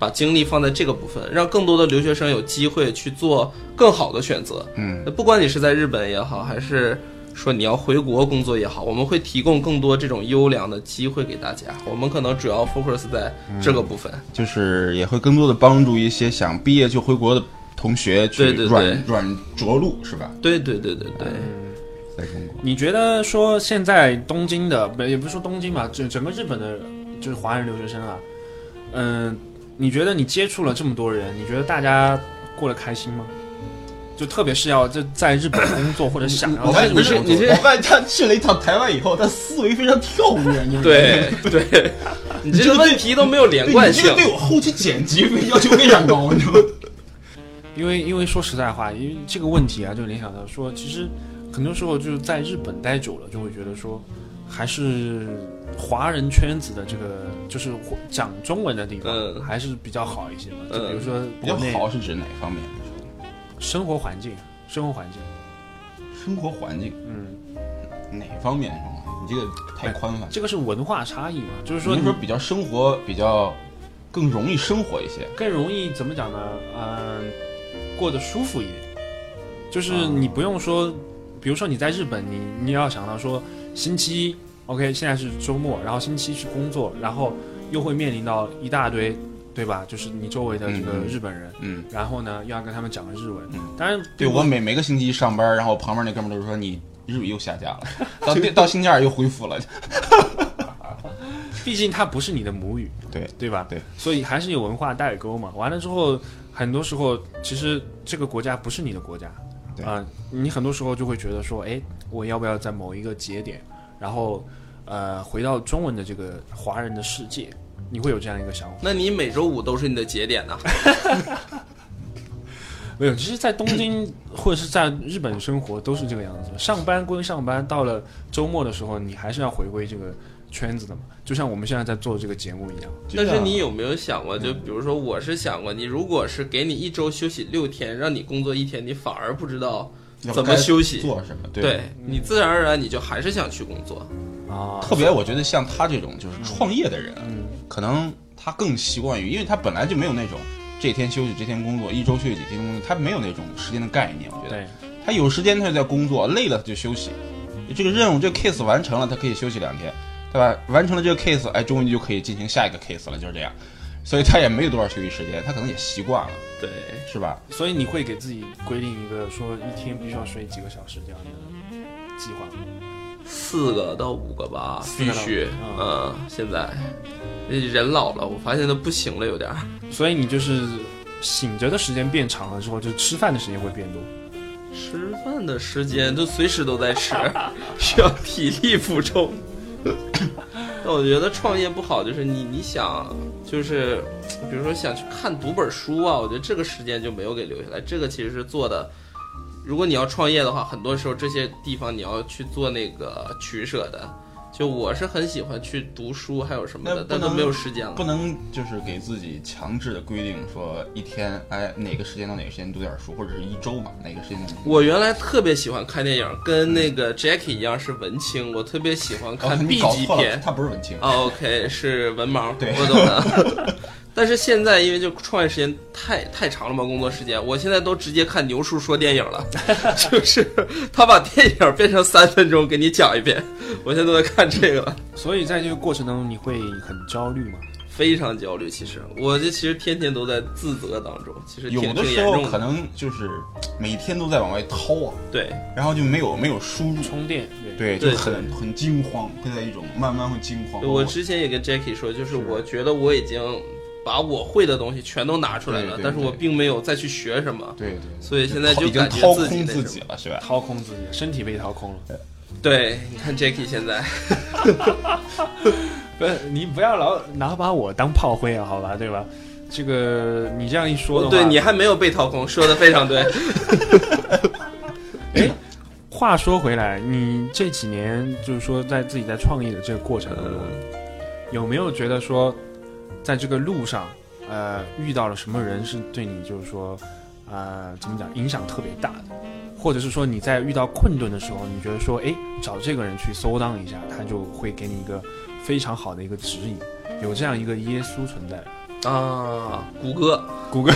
S3: 把精力放在这个部分，让更多的留学生有机会去做更好的选择。
S2: 嗯，
S3: 不管你是在日本也好，还是说你要回国工作也好，我们会提供更多这种优良的机会给大家。我们可能主要 focus 在这个部分。
S1: 嗯
S2: 就是也会更多的帮助一些想毕业就回国的同学去
S3: 对对对
S2: 软软着陆，是吧？
S3: 对对对对对，
S2: 在中国，
S1: 你觉得说现在东京的，不也不是说东京吧，整整个日本的，就是华人留学生啊，嗯、你觉得你接触了这么多人，你觉得大家过得开心吗？就特别是要就在日本工作或者想要
S2: 我发
S1: 在日
S2: 现不
S1: 本
S2: 是
S1: 工作
S3: 你这
S2: 我发 [laughs] 现他去了一趟台湾以后，他思维非常跳跃，
S1: 嗯
S2: 你知道吗
S3: 对
S1: [laughs]
S3: 对，你这个问题都没有连
S2: 对
S3: 贯
S2: 你
S3: 性
S2: 这个。对我后期剪辑要求非常高，你知道吗？
S1: 因为因为说实在话，因为这个问题啊，就联想到说，其实很多时候就是在日本待久了，就会觉得说，还是华人圈子的这个就是讲中文的地方、
S3: 嗯
S1: 还是比较好一些嘛。就
S3: 嗯
S1: 比如说
S2: 比
S1: 国
S2: 较
S1: 内
S2: 好是指哪方面？
S1: 生活环境，生活环境，
S2: 生活环境
S1: 嗯，
S2: 哪方面生活？你这个太宽泛。
S1: 这个是文化差异嘛，就是说
S2: 您说
S1: 你
S2: 比较生活比较更容易生活一些，
S1: 更容易怎么讲呢？嗯、过得舒服一点，就是
S2: 啊
S1: 你不用说，比如说你在日本，你你要想到说星期一，OK，现在是周末，然后星期一去工作，然后又会面临到一大堆，对吧？就是你周围的这个
S2: 嗯嗯
S1: 日本人，
S2: 嗯。
S1: 然后呢又要跟他们讲日文
S2: 嗯，
S1: 当然
S2: 对我每每个星期一上班，然后旁边那哥们儿就说你日语又下架了， [laughs] 到第到星期二又恢复了。
S1: 毕竟它不是你的母语，
S2: 对
S1: 对吧？
S2: 对，
S1: 所以还是有文化代沟嘛。完了之后，很多时候其实这个国家不是你的国家，
S2: 对
S1: 啊、你很多时候就会觉得说，哎，我要不要在某一个节点，然后呃回到中文的这个华人的世界，你会有这样一个想法？
S3: 那你每周五都是你的节点呐、
S1: 没有，其实，在东京或者是在日本生活都是这个样子。上班归上班，到了周末的时候，你还是要回归这个圈子的嘛。就像我们现在在做这个节目一样，嗯
S3: 但是你有没有想过，就比如说，我是想过，你如果是给你一周休息六天，让你工作一天，你反而不知道
S2: 要
S3: 怎么休息
S2: 该做什么？对。
S3: 对
S1: 嗯
S3: 你自然而然你就还是想去工作。
S1: 啊，
S2: 特别我觉得像他这种就是创业的人，
S1: 嗯
S2: 可能他更习惯于，因为他本来就没有那种这天休息这天工作，一周休息几天工作，他没有那种时间的概念。我觉得
S1: 对。
S2: 他有时间他就在工作，累了他就休息。这个任务这个 case 完成了，他可以休息两天，对吧？完成了这个 case，哎，终于就可以进行下一个 case 了，就是这样。所以他也没有多少休息时间，他可能也习惯了，哎
S3: 对，
S2: 是吧？
S1: 所以你会给自己规定一个说一天必须要睡几个小时这样的计划吗？
S3: 四个到五个吧，
S1: 四
S3: 必
S1: 个到
S3: 须。
S1: 五个
S3: 嗯，现在人老了，我发现都不行了，有点儿。
S1: 所以你就是醒着的时间变长了之后，就吃饭的时间会变多。
S3: 吃饭的时间就随时都在
S2: [laughs]
S3: 吃，需要体力补充。但我觉得创业不好，就是你你想，就是比如说想去看读本书啊，我觉得这个时间就没有给留下来。这个其实是做的，如果你要创业的话，很多时候这些地方你要去做那个取舍的。就我是很喜欢去读书，还有什么
S2: 那
S3: 的，
S2: 不
S3: 但都
S2: 能
S3: 没有时间了
S2: 不。能就是给自己强制的规定说一天，哎，哪个时间到哪个时间读点书，或者是一周吧，哪个时间到哪个时间。
S3: 我原来特别喜欢看电影，跟那个 Jackie 一样是文青，我特别喜欢
S2: 哦
S3: 看
S2: 你
S3: B
S2: 搞
S3: 级
S2: 错了
S3: 片。
S2: 他不是文青。
S3: 哦，OK，是文盲，
S2: 对
S3: 我懂了。但是现在因为就创业时间太太长了嘛，工作时间，我现在都直接看牛叔说电影了， [laughs] 就是他把电影变成三分钟给你讲一遍，我现在都在看这个了，
S1: 所以在这个过程当中，你会很焦虑吗？
S3: 非常焦虑。其实我这其实天天都在自责当中，其实
S2: [laughs]
S3: 挺
S2: 有
S3: 挺
S2: 的时
S3: 严
S2: 候
S3: 重
S2: 可能就是每天都在往外掏啊，
S3: 对，
S2: 然后就没有没有输入，
S1: 充电，
S2: 对，
S1: 对，
S3: 对
S2: 就很很惊慌，会在一种慢慢会惊慌。
S3: 我之前也跟 Jackie 说，就是我觉得我已经把我会的东西全都拿出来了
S2: 对，对
S3: 但是我
S2: 对
S3: 并没有再去学什么，
S2: 对对，
S3: 所以现在就
S2: 已经
S3: 感
S2: 掏
S3: 觉自己
S2: 空自
S3: 那什
S2: 己
S3: 么。
S2: 了，是吧？
S1: 掏空自己，身体被掏空了。
S3: 对，你看 Jackie 现在，
S1: 不是，你不要老拿把我当炮灰啊，好吧，对吧？这个你这样一说的话，
S3: 对你还没有被掏空，说的非常对。
S1: 话说回来，你这几年就是说在自己在创业的这个过程当中，有没有觉得说，在这个路上，呃，遇到了什么人是对你就是说，呃，怎么讲影响特别大的，或者是说你在遇到困顿的时候，你觉得说，哎，找这个人去搜当一下，他就会给你一个非常好的一个指引，有这样一个耶稣存在。
S3: [laughs] 啊，谷歌，嗯
S1: 谷歌，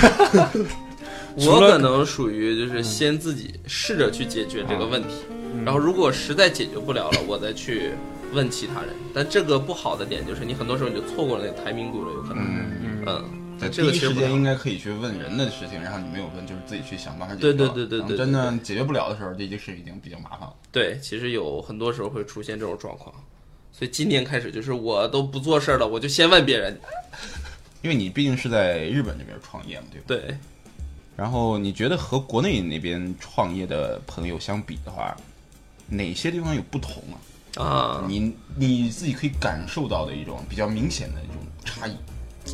S3: [laughs] 我
S1: 除了
S3: 可能属于就是先自己试着去解决这个问题，
S1: 嗯
S3: 然后如果实在解决不了了，我再去问其他人。但这个不好的点就是，你很多时候你就错过了那个 timing good 了，有可能。
S2: 嗯，
S1: 嗯，
S3: 嗯，
S2: 在
S3: 这
S2: 第
S3: 个
S2: 一
S3: 其实
S2: 时
S3: 不
S2: 间
S3: 好
S2: 应该可以去问人的事情，然后你没有问，就是自己去想办法解决
S3: 对
S2: 了。
S3: 对对对
S2: 然后
S3: 对对
S2: 真的解决不了的时候，这就是已经比较麻烦了。
S3: 对，其实有很多时候会出现这种状况，所以今年开始就是我都不做事儿了，我就先问别人。
S2: 因为你毕竟是在日本这边创业嘛，对吧？
S3: 对，
S2: 然后你觉得和国内那边创业的朋友相比的话，哪些地方有不同啊？
S3: 啊，
S2: 你你自己可以感受到的一种比较明显的一种差异。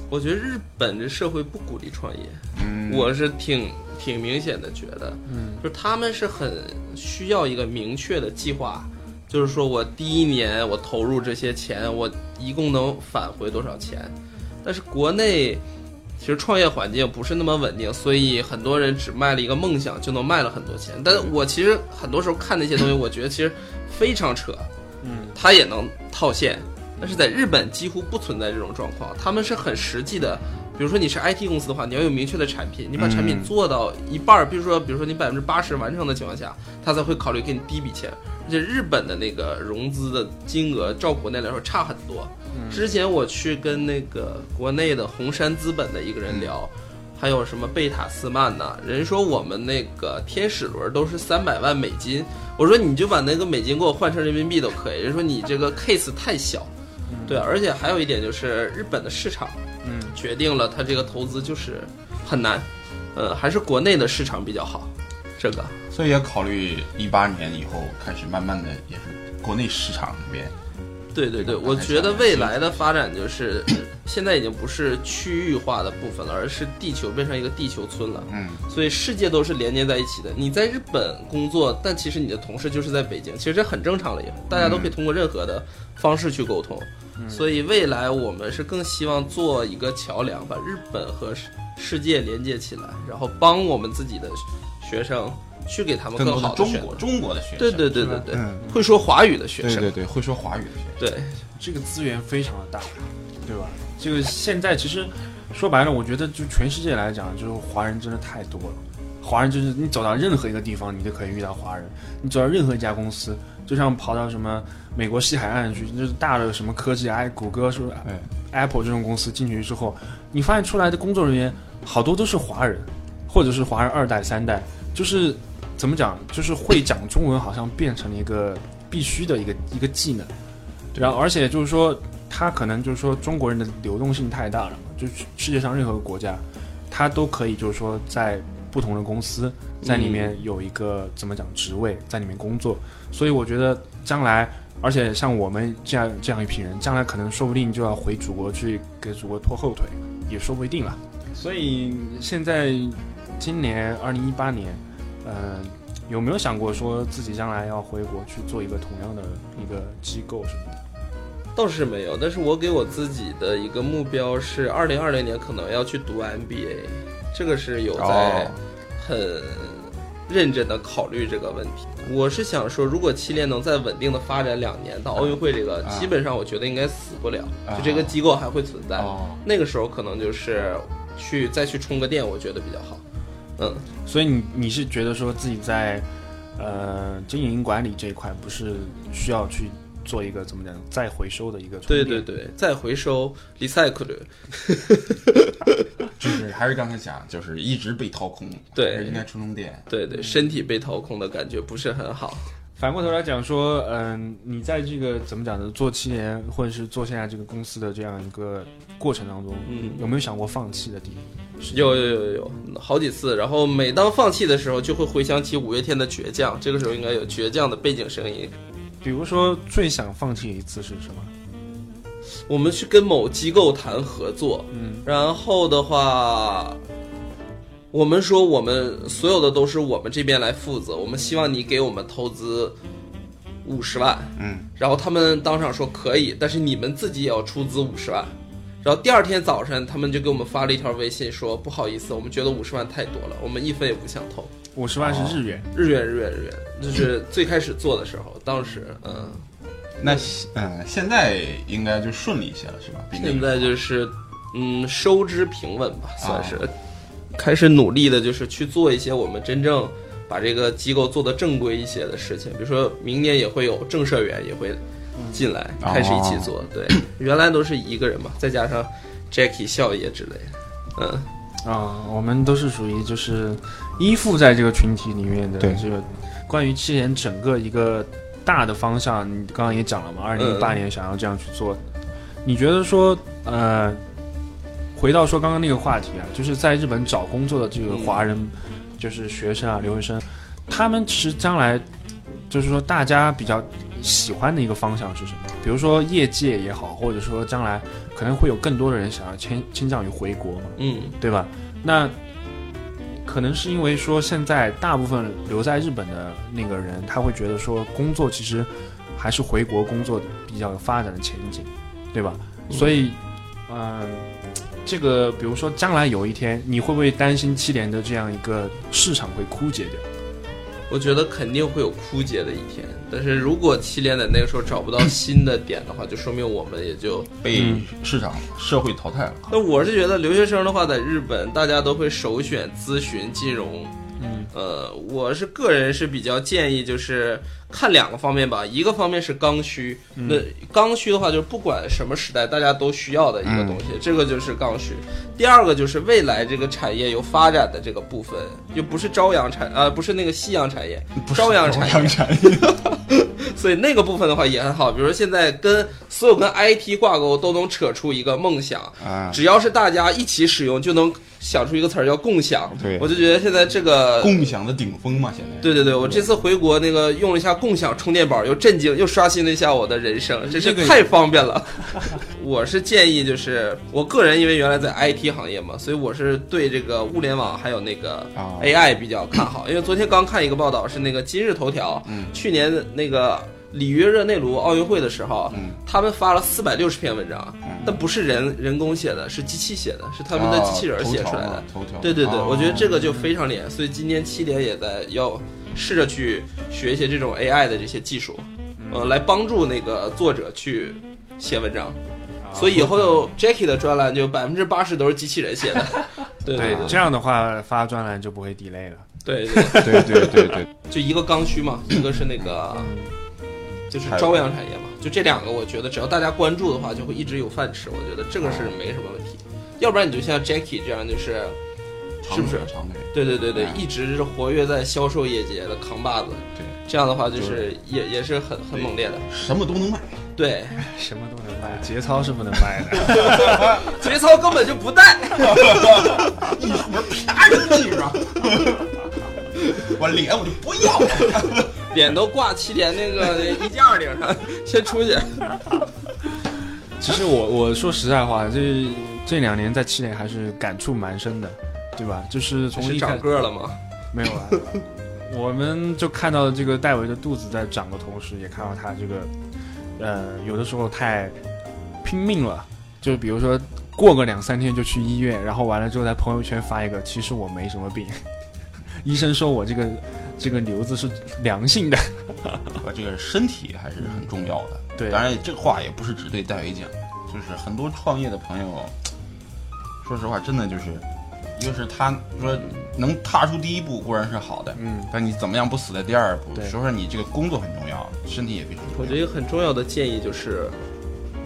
S3: 我觉得日本这社会不鼓励创业，
S2: 嗯，
S3: 我是挺挺明显的觉得，
S1: 嗯，
S3: 就是他们是很需要一个明确的计划，就是说我第一年我投入这些钱，我一共能返回多少钱。但是国内其实创业环境不是那么稳定，所以很多人只卖了一个梦想就能卖了很多钱。但我其实很多时候看那些东西，我觉得其实非常扯，
S1: 嗯，
S3: 他也能套现。但是在日本几乎不存在这种状况，他们是很实际的。比如说你是 IT 公司的话，你要有明确的产品，你把产品
S2: 嗯
S3: 做到一半儿，比如说比如说你百分之八十完成的情况下，他才会考虑给你第一笔钱。而且日本的那个融资的金额照国内来说差很多。之前我去跟那个国内的红杉资本的一个人聊，还有什么贝塔斯曼呐，人说我们那个天使轮都是三百万美金，我说你就把那个美金给我换成人民币都可以。人说你这个 case 太小，对，而且还有一点就是日本的市场
S1: 嗯，
S3: 决定了它这个投资就是很难，呃，还是国内的市场比较好，这个。
S2: 所以也考虑一八年以后开始慢慢的也是国内市场那边，
S3: 对对对，
S2: 对吧
S3: 我觉得未来的发展就是现在已经不是区域化的部分了，而是地球变成一个地球村了。
S2: 嗯，
S3: 所以世界都是连接在一起的。你在日本工作，但其实你的同事就是在北京，其实这很正常了，也大家都
S2: 嗯
S3: 可以通过任何的方式去沟通。所以未来我们是更希望做一个桥梁，把日本和世世界连接起来，然后帮我们自己的学生去给他们
S2: 更多
S3: 好
S2: 的
S3: 的
S2: 中
S3: 选
S2: 国
S3: 择。
S2: 中国的学生，
S3: 对对对
S1: 是
S3: 对
S1: 吧
S3: 对，
S2: 嗯
S3: 会说华语的学
S2: 对
S3: 生，
S2: 对对，会说华语的学生，
S3: 对
S1: 这个资源非常的大，对吧？这个现在其实说白了，我觉得就全世界来讲，就是华人真的太多了。华人就是你走到任何一个地方，你都可以遇到华人；你走到任何一家公司，就像跑到什么美国西海岸去，就是大的什么科技，哎，谷歌是不是
S2: 对
S1: Apple 这种公司进去之后，你发现出来的工作人员好多都是华人，或者是华人二代、三代，就是怎么讲，就是会讲中文好像变成了一个必须的一个一个技能。然后，而且就是说，他可能就是说中国人的流动性太大了嘛，就是世界上任何国家，他都可以就是说在不同的公司在里面有一个、怎么讲职位在里面工作，所以我觉得将来，而且像我们这样这样一批人，将来可能说不定就要回祖国去给祖国拖后腿，也说不一定了。所以现在今年二零一八年，呃，有没有想过说自己将来要回国去做一个同样的一个机构什么的？
S3: 倒是没有，但是我给我自己的一个目标是，二零二零年可能要去读 MBA，这个是有在
S2: 哦
S3: 很认真的考虑这个问题。我是想说，如果七连能再稳定的发展两年，到奥运会这个，
S2: 啊
S3: 基本上我觉得应该死不了，
S2: 啊
S3: 就这个机构还会存在。
S2: 哦
S3: 那个时候可能就是去再去充个电，我觉得比较好。嗯，
S1: 所以你你是觉得说自己在呃经营管理这一块不是需要去做一个怎么讲再回收的一个充
S3: 对
S1: 电
S3: 对对，再回收 recycle，
S2: 就是还是刚才讲，就是一直被掏空，
S3: 对
S2: 还是应该充充电。
S3: 对对，身体被掏空的感觉不是很好。
S1: 反过头来讲说，嗯、你在这个怎么讲呢？做七年或者是做现在这个公司的这样一个过程当中，
S3: 嗯
S1: 有没有想过放弃的地方？
S3: 有有有有有好几次，然后每当放弃的时候，就会回想起五月天的《倔强》，这个时候应该有《倔强》的背景声音。
S1: 比如说最想放弃一次是什么？
S3: 我们去跟某机构谈合作，
S1: 嗯，
S3: 然后的话，我们说我们所有的都是我们这边来负责，我们希望你给我们投资五十万，
S2: 嗯，
S3: 然后他们当场说可以，但是你们自己也要出资五十万。然后第二天早晨，他们就给我们发了一条微信说，不好意思，我们觉得五十万太多了，我们一分也不想投。
S1: 五十万是日元，
S3: 日元，日元，日元，就是最开始做的时候，当时，嗯，
S2: 那嗯，现在应该就顺利一些了，是吧？比那个
S3: 现在就是，嗯，收支平稳吧，算是，开始努力的，就是去做一些我们真正把这个机构做的正规一些的事情，比如说明年也会有正社员也会进来，
S2: 哦
S3: 开始一起做，对，原来都是一个人嘛，再加上 Jackie 笑爷之类的，嗯，
S1: 啊、我们都是属于就是依附在这个群体里面的
S2: 对
S1: 这个关于七年整个一个大的方向，你刚刚也讲了嘛，二零一八年想要这样去做，你觉得说呃，回到说刚刚那个话题啊，就是在日本找工作的这个华人，就是学生啊、留学生，他们其实将来就是说大家比较喜欢的一个方向是什么？比如说业界也好，或者说将来可能会有更多的人想要倾倾向于回国嘛。
S3: 嗯。
S1: 对吧？那可能是因为说现在大部分留在日本的那个人，他会觉得说工作其实还是回国工作比较有发展的前景，对吧？
S3: 嗯
S1: 所以，嗯、这个比如说将来有一天，你会不会担心七连的这样一个市场会枯竭掉？
S3: 我觉得肯定会有枯竭的一天，但是如果七连在那个时候找不到新的点的话，就说明我们也就
S2: 被
S1: 嗯
S2: 市场社会淘汰了。
S3: 那我是觉得留学生的话，在日本大家都会首选咨询金融。
S1: 嗯，
S3: 呃，我是个人是比较建议，就是看两个方面吧。一个方面是刚需，那刚需的话，就是不管什么时代，大家都需要的一个东西，这个就是刚需。第二个就是未来这个产业有发展的这个部分，就不是朝阳产，呃，不是那个夕阳产业，
S2: 不是
S3: 朝阳产业，
S2: 产业，
S3: [laughs] 所以那个部分的话也很好。比如说现在跟所有跟 IT 挂钩都能扯出一个梦想，
S2: 啊，
S3: 只要是大家一起使用，就能想出一个词儿叫共享。
S2: 对
S3: 我就觉得现在这个，
S2: 共享的顶峰嘛，现在。
S3: 对对对，我这次回国那个用了一下共享充电宝，又震惊又刷新了一下我的人生，真是
S1: 这个
S3: 太方便了。 [laughs] 我是建议，就是我个人因为原来在 IT 行业嘛，所以我是对这个物联网还有那个
S2: 啊
S3: AI 比较看好。因为昨天刚看一个报道，是那个今日头条，
S2: 嗯
S3: 去年那个里约热内卢奥运会的时候，
S2: 嗯
S3: 他们发了四百六十篇文章，
S2: 嗯
S3: 但不是人人工写的，是机器写的，是他们的机器人
S2: 啊
S3: 写出来的。
S2: 头条嘛头条。
S3: 对对对，
S2: 啊
S3: 我觉得这个就非常厉害，所以今年七点也在要试着去学一些这种 AI 的这些技术，呃，来帮助那个作者去写文章。
S1: 啊
S3: 所以以后有 Jackie 的专栏就百分之八十都是机器人写的。 [laughs] 对
S1: 对
S3: 对
S1: 这样的话发专栏就不会 delay 了。
S3: 对对，
S2: 对对对对， [laughs]
S3: 就一个刚需 [laughs] 嘛，一个是那个就是朝阳产业嘛，就这两个，我觉得只要大家关注的话，就会一直有饭吃。我觉得这个是没什么问题。要不然你就像 Jackie 这样，就是是不是
S2: 长腿？
S3: 对对对对，
S2: 嗯
S3: 一直是活跃在销售业界的扛把子。
S2: 对，
S3: 这样的话就
S2: 就是
S3: 也也是很很猛烈的。
S2: 什么都能卖。
S3: 对，
S1: 什么都能卖，节操是不能卖的。
S3: [laughs] 节操根本就不带。
S2: 一出门啪扔地上，我脸我就不要了。
S3: 脸都挂七点那 [laughs] 个衣架顶上，先出去。
S1: 其实我 [laughs] 我说实在话，这这两年在七连还是感触蛮深的，对吧？就是从
S3: 是
S1: 一开
S3: 长
S1: 始
S3: 个了吗？
S1: 没有啊， [laughs] 我们就看到这个戴维的肚子在长的同时，也看到他这个呃，有的时候太拼命了，就比如说过个两三天就去医院，然后完了之后在朋友圈发一个，其实我没什么病， [laughs] 医生说我这个这个瘤子是良性的， [laughs]
S2: 啊，这个身体还是很重要的。
S3: [laughs]
S1: 对
S2: 当然这个话也不是只对戴维讲，就是很多创业的朋友，说实话，真的就是，一个是他说能踏出第一步固然是好的，
S1: 嗯，
S2: 但你怎么样不死在第二步
S1: 对？
S2: 说说你这个工作很重要，身体也非常重要。
S3: 我觉得一个很重要的建议就是，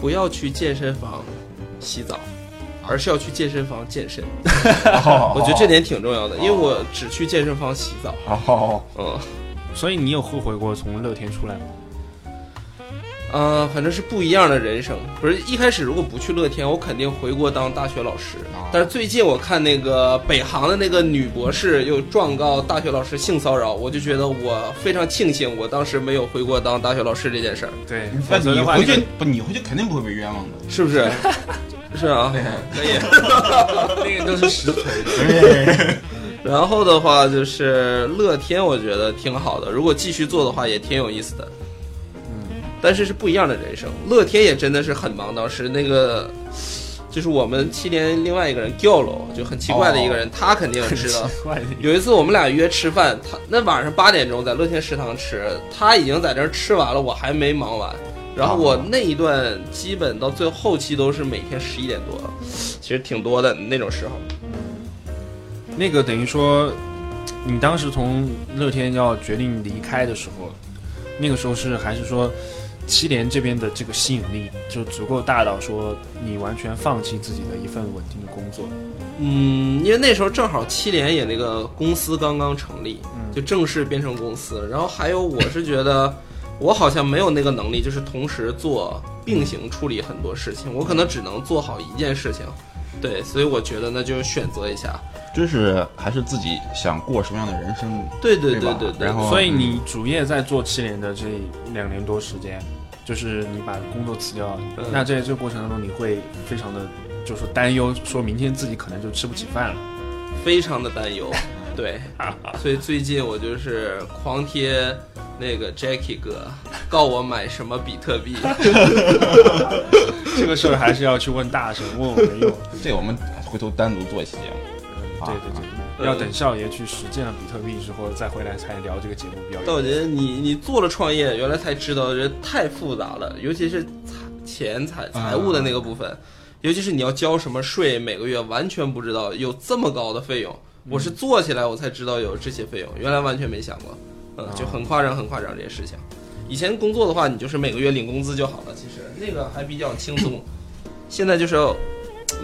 S3: 不要去健身房洗澡，而是要去健身房健身。
S2: 哦
S3: 我觉得这点挺重要的，因为我只去健身房洗澡。
S2: 哦，
S3: 嗯，
S1: 所以你有后悔过从乐天出来吗？
S3: 呃，反正是不一样的人生。不是一开始如果不去乐天，我肯定回国当大学老师
S2: 啊。
S3: 但是最近我看那个北航的那个女博士又状告大学老师性骚扰，我就觉得我非常庆幸我当时没有回国当大学老师这件事儿，
S1: 对
S2: 那
S1: 否则
S2: 你
S1: 的话，
S2: 回去不？你回去肯定不会被冤枉的。
S3: 是不是？ [laughs] 是 [laughs] 啊，可以。
S1: 那个都 [laughs] 是实锤的。
S3: 然后的话就是乐天，我觉得挺好的，如果继续做的话也挺有意思的。嗯，但是是不一样的人生。乐天也真的是很忙，当时那个。就是我们七连另外一个人 g i l o 就很奇怪的一个人，他肯定知
S1: [laughs]
S3: 道。
S1: 怪的
S3: 有一次我们俩约吃饭，他那晚上八点钟在乐天食堂吃，他已经在那儿吃完了，我还没忙完。然后我那一段基本到最后期都是每天十一点多，其实挺多的那种时候。
S1: 那个等于说，你当时从乐天要决定离开的时候，那个时候是还是说，七连这边的这个吸引力就足够大到说你完全放弃自己的一份稳定的工作，
S3: 嗯，因为那时候正好七连也那个公司刚刚成立，
S1: 嗯
S3: 就正式变成公司。然后还有，我是觉得我好像没有那个能力，就是同时做并行处理很多事情，我可能只能做好一件事情。对，所以我觉得那就选择一下。
S2: [laughs] 就是还是自己想过什么样的人生，
S3: 对对
S2: 对吧
S3: 对对
S2: 然，后
S1: 所以你主业在做七连的这两年多时间，就是你把工作辞掉，
S3: 嗯
S1: 那在这个过程当中你会非常的就是说担忧，说明天自己可能就吃不起饭了。
S3: 非常的担忧。对，所以最近我就是狂贴那个 Jackie 哥告我买什么比特币。
S1: 这个事儿还是要去问大神，问我没用。
S2: 这我们回头单独做一期节目。
S1: 对对对。
S3: 嗯
S1: 要等少爷去实践了比特币之后，再回来才聊这个节目比较
S3: 但
S1: 有
S3: 我
S1: 意思。
S3: 觉得你你做了创业，原来才知道这太复杂了，尤其是财钱财财务的那个部分，尤其是你要交什么税，每个月完全不知道有这么高的费用。我是做起来我才知道有这些费用，原来完全没想过，嗯，就很夸张，很夸张这些事情。以前工作的话，你就是每个月领工资就好了，其实那个还比较轻松。现在就是要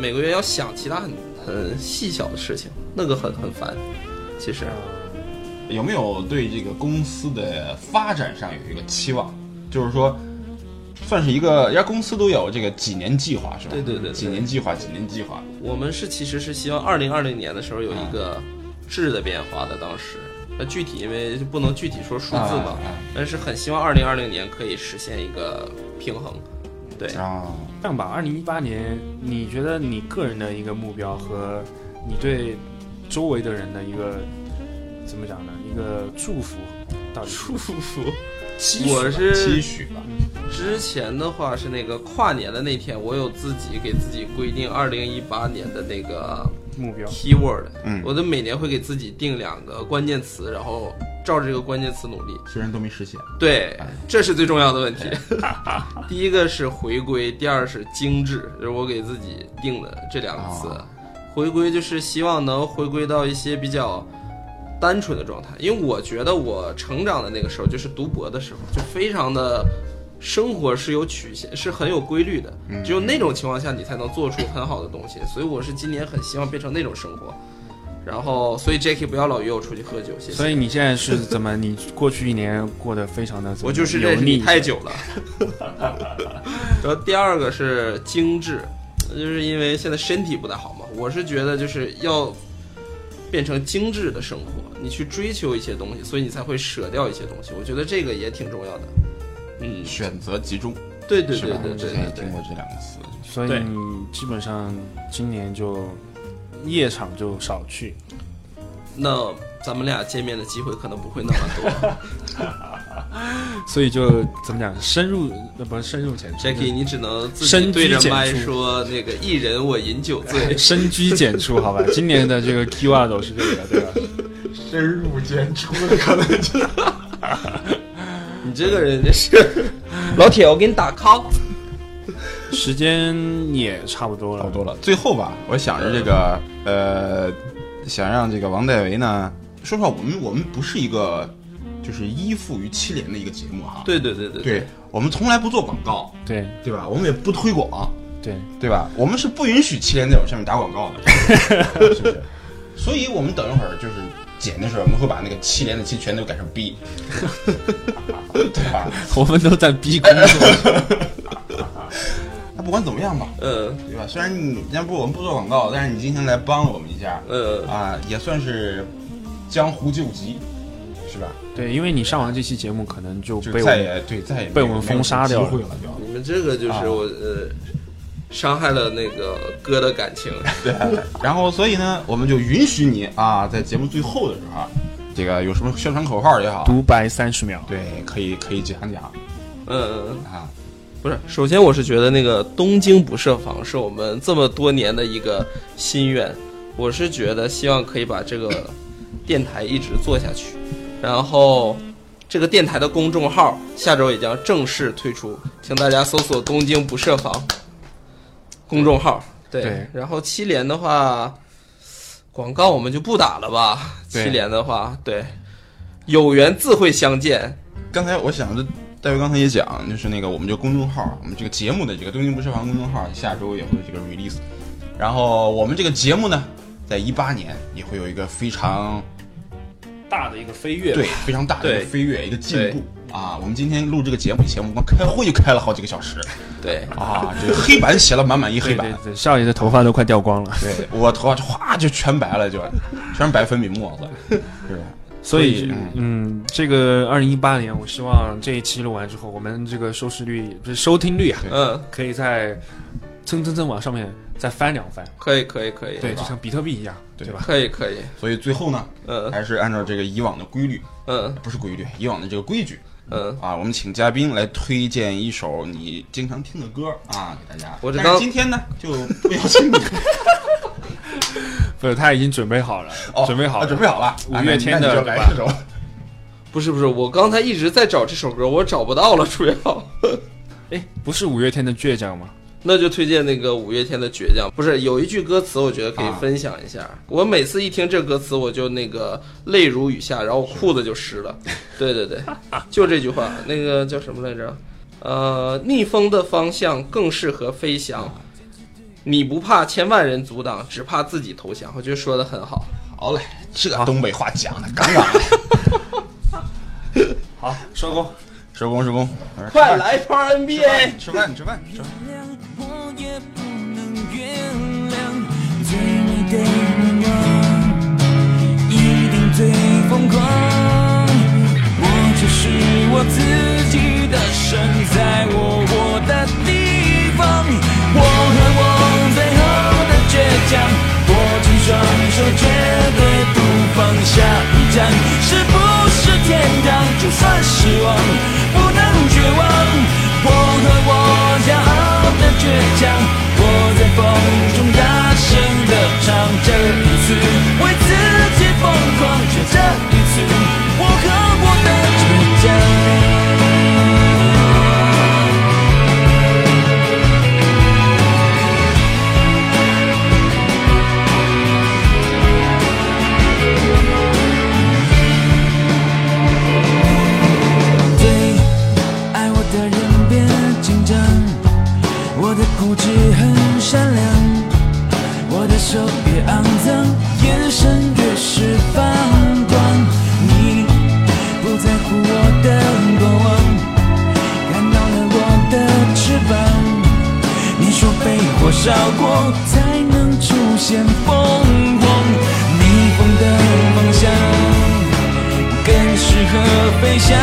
S3: 每个月要想其他很很细小的事情，那个很很烦。其实，
S2: 有没有对这个公司的发展上有一个期望？就是说，算是一个，人家公司都有这个几年计划是吧？
S3: 对对对对
S2: 几年计划，几年计划。
S3: 我们是其实是希望二零二零年的时候有一个质的变化的，当时。那具体因为不能具体说数字嘛，
S2: 啊
S3: 但是很希望二零二零年可以实现一个平衡。对，
S2: 啊，
S1: 这样吧，二零一八年，你觉得你个人的一个目标和你对周围的人的一个怎么讲呢？一个祝福到底是
S3: 祝福。
S1: 期许吧
S3: 我
S2: 期
S3: 是
S2: 许吧。
S3: 之前的话是那个跨年的那天，我有自己给自己规定二零一八年的那个
S1: 目标，
S3: keyword，
S2: 嗯
S3: 我的每年会给自己定两个关键词，然后照着这个关键词努力。
S2: 虽然都没实现，
S3: 对，这是最重要的问题。 [laughs] 第一个是回归，第二是精致，就是我给自己定的这两个词。
S2: 哦
S3: 回归就是希望能回归到一些比较单纯的状态，因为我觉得我成长的那个时候，就是读博的时候，就非常的。生活是有曲线，是很有规律的，只有那种情况下，你才能做出很好的东西。所以我是今年很希望变成那种生活，然后所以 Jackie 不要老约我出去喝酒，谢谢。
S1: 所以你现在是怎么？你过去一年过得非常的怎么
S3: 我就是
S1: 油
S3: 认识
S1: 腻
S3: 你太久了。然后第二个是精致，就是因为现在身体不太好嘛，我是觉得就是要变成精致的生活，你去追求一些东西，所以你才会舍掉一些东西。我觉得这个也挺重要的。嗯，
S2: 选择集中，
S3: 对对
S2: 是
S3: 对
S2: 吧？
S3: 对
S2: 我
S3: 对
S2: 之前也
S3: 对对
S2: 听。过这两个词。
S1: 所以
S3: 对
S1: 你基本上今年就夜场就少去。
S3: 那咱们俩见面的机会可能不会那么多。嗯
S1: 所以就怎么讲，深入呃不是深入浅出
S3: Jacky，你只能自己
S1: 深居
S3: 对着
S1: 简
S3: 麦
S1: 出，
S3: 说那个一人我饮酒
S1: [laughs]
S3: 醉
S1: 深居简出，好
S2: [laughs]
S1: 吧？今年的这个 keyword 都是这个，对吧？
S2: 深入简出的可能就
S3: 你这个人真是，老铁，我给你打 call。
S1: 时间也差不多了，
S2: 差不多了。最后吧，我想着这个呃，想让这个王戴维呢，说实话，我们我们不是一个就是依附于七连的一个节目哈。
S3: 对对对对，
S2: 对，我们从来不做广告，
S1: 对
S2: 对吧？我们也不推广，
S1: 对，
S2: 对吧？我们是不允许七连在我上面打广告
S3: [laughs]
S2: 的，是不是？所以我们等一会儿就是剪的时候，我们会把那个七连的七全都改成 B，对吧？
S1: 我们都在逼工
S2: [laughs]
S1: 作，
S2: 那不管怎么样吧，
S3: 嗯
S2: 对吧？虽然你要不我们不做广告，但是你今天来帮了我们一下，
S3: 嗯，
S2: 啊，也算是江湖救急，是吧？
S1: 对，因为你上完这期节目，可能就
S2: 就
S1: 被我
S2: 再
S1: 们
S2: 也对再也
S1: 被我们封杀掉
S2: 了，
S1: 了
S2: 机会了就。
S3: 你们这个就是
S2: 啊
S3: 我呃，伤害了那个哥的感情。
S2: 对，然后所以呢，我们就允许你啊，在节目最后的时候啊，这个有什么宣传口号也好，
S1: 独白三十秒。
S2: 对，可以可以讲讲
S3: 嗯，
S2: 啊。
S3: 不是，首先我是觉得那个东京不设防是我们这么多年的一个心愿，我是觉得希望可以把这个电台一直做下去，然后这个电台的公众号下周也将正式推出，请大家搜索“东京不设防”公众号。对，
S1: 对
S3: 然后七连的话，广告我们就不打了吧。
S1: 对
S3: 七连的话，对，有缘自会相见。
S2: 刚才我想着。戴维刚才也讲，就是那个我们这个公众号，我们这个节目的这个“东京不设防”公众号，下周也会这个 release。然后我们这个节目呢，在一八年也会有一个非常
S1: 大的一个飞跃
S2: 对，非常大的一个
S3: 对
S2: 飞跃，一个进步啊！我们今天录这个节目以前，我们光开会就开了好几个小时
S3: 对，
S2: 啊，这个黑板写了满满一黑
S1: 对
S2: 板
S1: 对，对，少爷的头发都快掉光了，
S2: 对我头发就哗就全白了，就全是白粉笔墨子，是吧？
S1: [laughs] 所以
S2: 所以
S1: 嗯，这个二零一八年，我希望这一期录完之后，我们这个收视率不是收听率啊，
S3: 嗯，
S1: 可以在蹭蹭蹭往上面再翻两翻，
S3: 可以，可以，可以。
S1: 对，就像比特币一样，
S2: 对
S1: 对吧？
S3: 可以可以，
S2: 所以最后呢，
S3: 嗯
S2: 还是按照这个以往的规律，
S3: 嗯
S2: 不是规律，以往的这个规矩
S3: 嗯，
S2: 啊，我们请嘉宾来推荐一首你经常听的歌啊，给大家。
S3: 我这
S2: 但是
S3: 刚
S2: 今天呢，就不邀请你
S1: 不是，他已经准备好了，
S2: 哦，
S1: 准备好
S2: 啊
S1: 了，
S2: 准备好了。
S1: 五月天的
S2: 啊那你就
S1: 对
S2: 来
S1: 吧
S2: 这首，
S3: 不是不是，我刚才一直在找这首歌，我找不到了，主要。 [laughs]
S1: 哎，不是五月天的倔强吗？
S3: 那就推荐那个五月天的《倔强》，不是有一句歌词，我觉得可以
S2: 啊
S3: 分享一下。我每次一听这歌词，我就那个泪如雨下，然后我裤子就湿了。 [laughs] 对对对，就这句话，那个叫什么来着？呃，逆风的方向更适合飞翔，你不怕千万人阻挡，只怕自己投降。我觉得说的很好。
S2: 好嘞，这东北话讲的杠杠的。
S1: 好，收工。
S2: 收工收工，
S3: 快来拍 NBA！
S2: 吃饭吃饭吃饭。
S4: 我也不能原谅最美的女人，一定最疯狂。我只是我自己的神，在我我的地方，我和我最后的倔强，握紧双手，绝对不放下。一站是不是天堂？就算失望，不能绝望。我和我骄傲的倔强，我在风中大声的唱，这一次为自己疯狂，却这一次我和我的倔强。最爱我的人别紧张，我的固执很善良，我的手越肮脏，眼神越是放光。你不在乎我的过往，看到了我的翅膀。你说被火烧过才能出现凤凰，逆风的方向。更适合飞翔。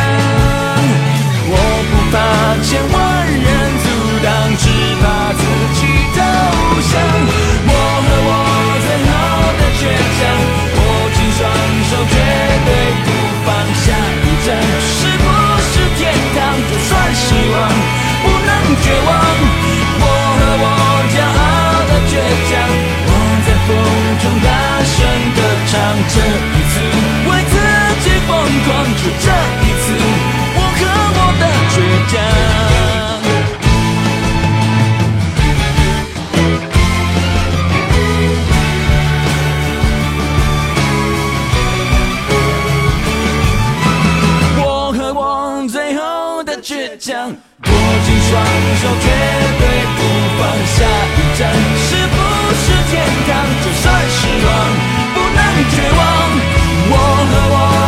S4: 我不怕千万人阻挡，只怕自己投降。我和我最后的倔强，握紧双手，绝对不放下。一站是不是出这一次我和我的倔强。我和我最后的倔强，握紧双手，绝对不放。下一站是不是天堂？就算失望，不能绝望。我和我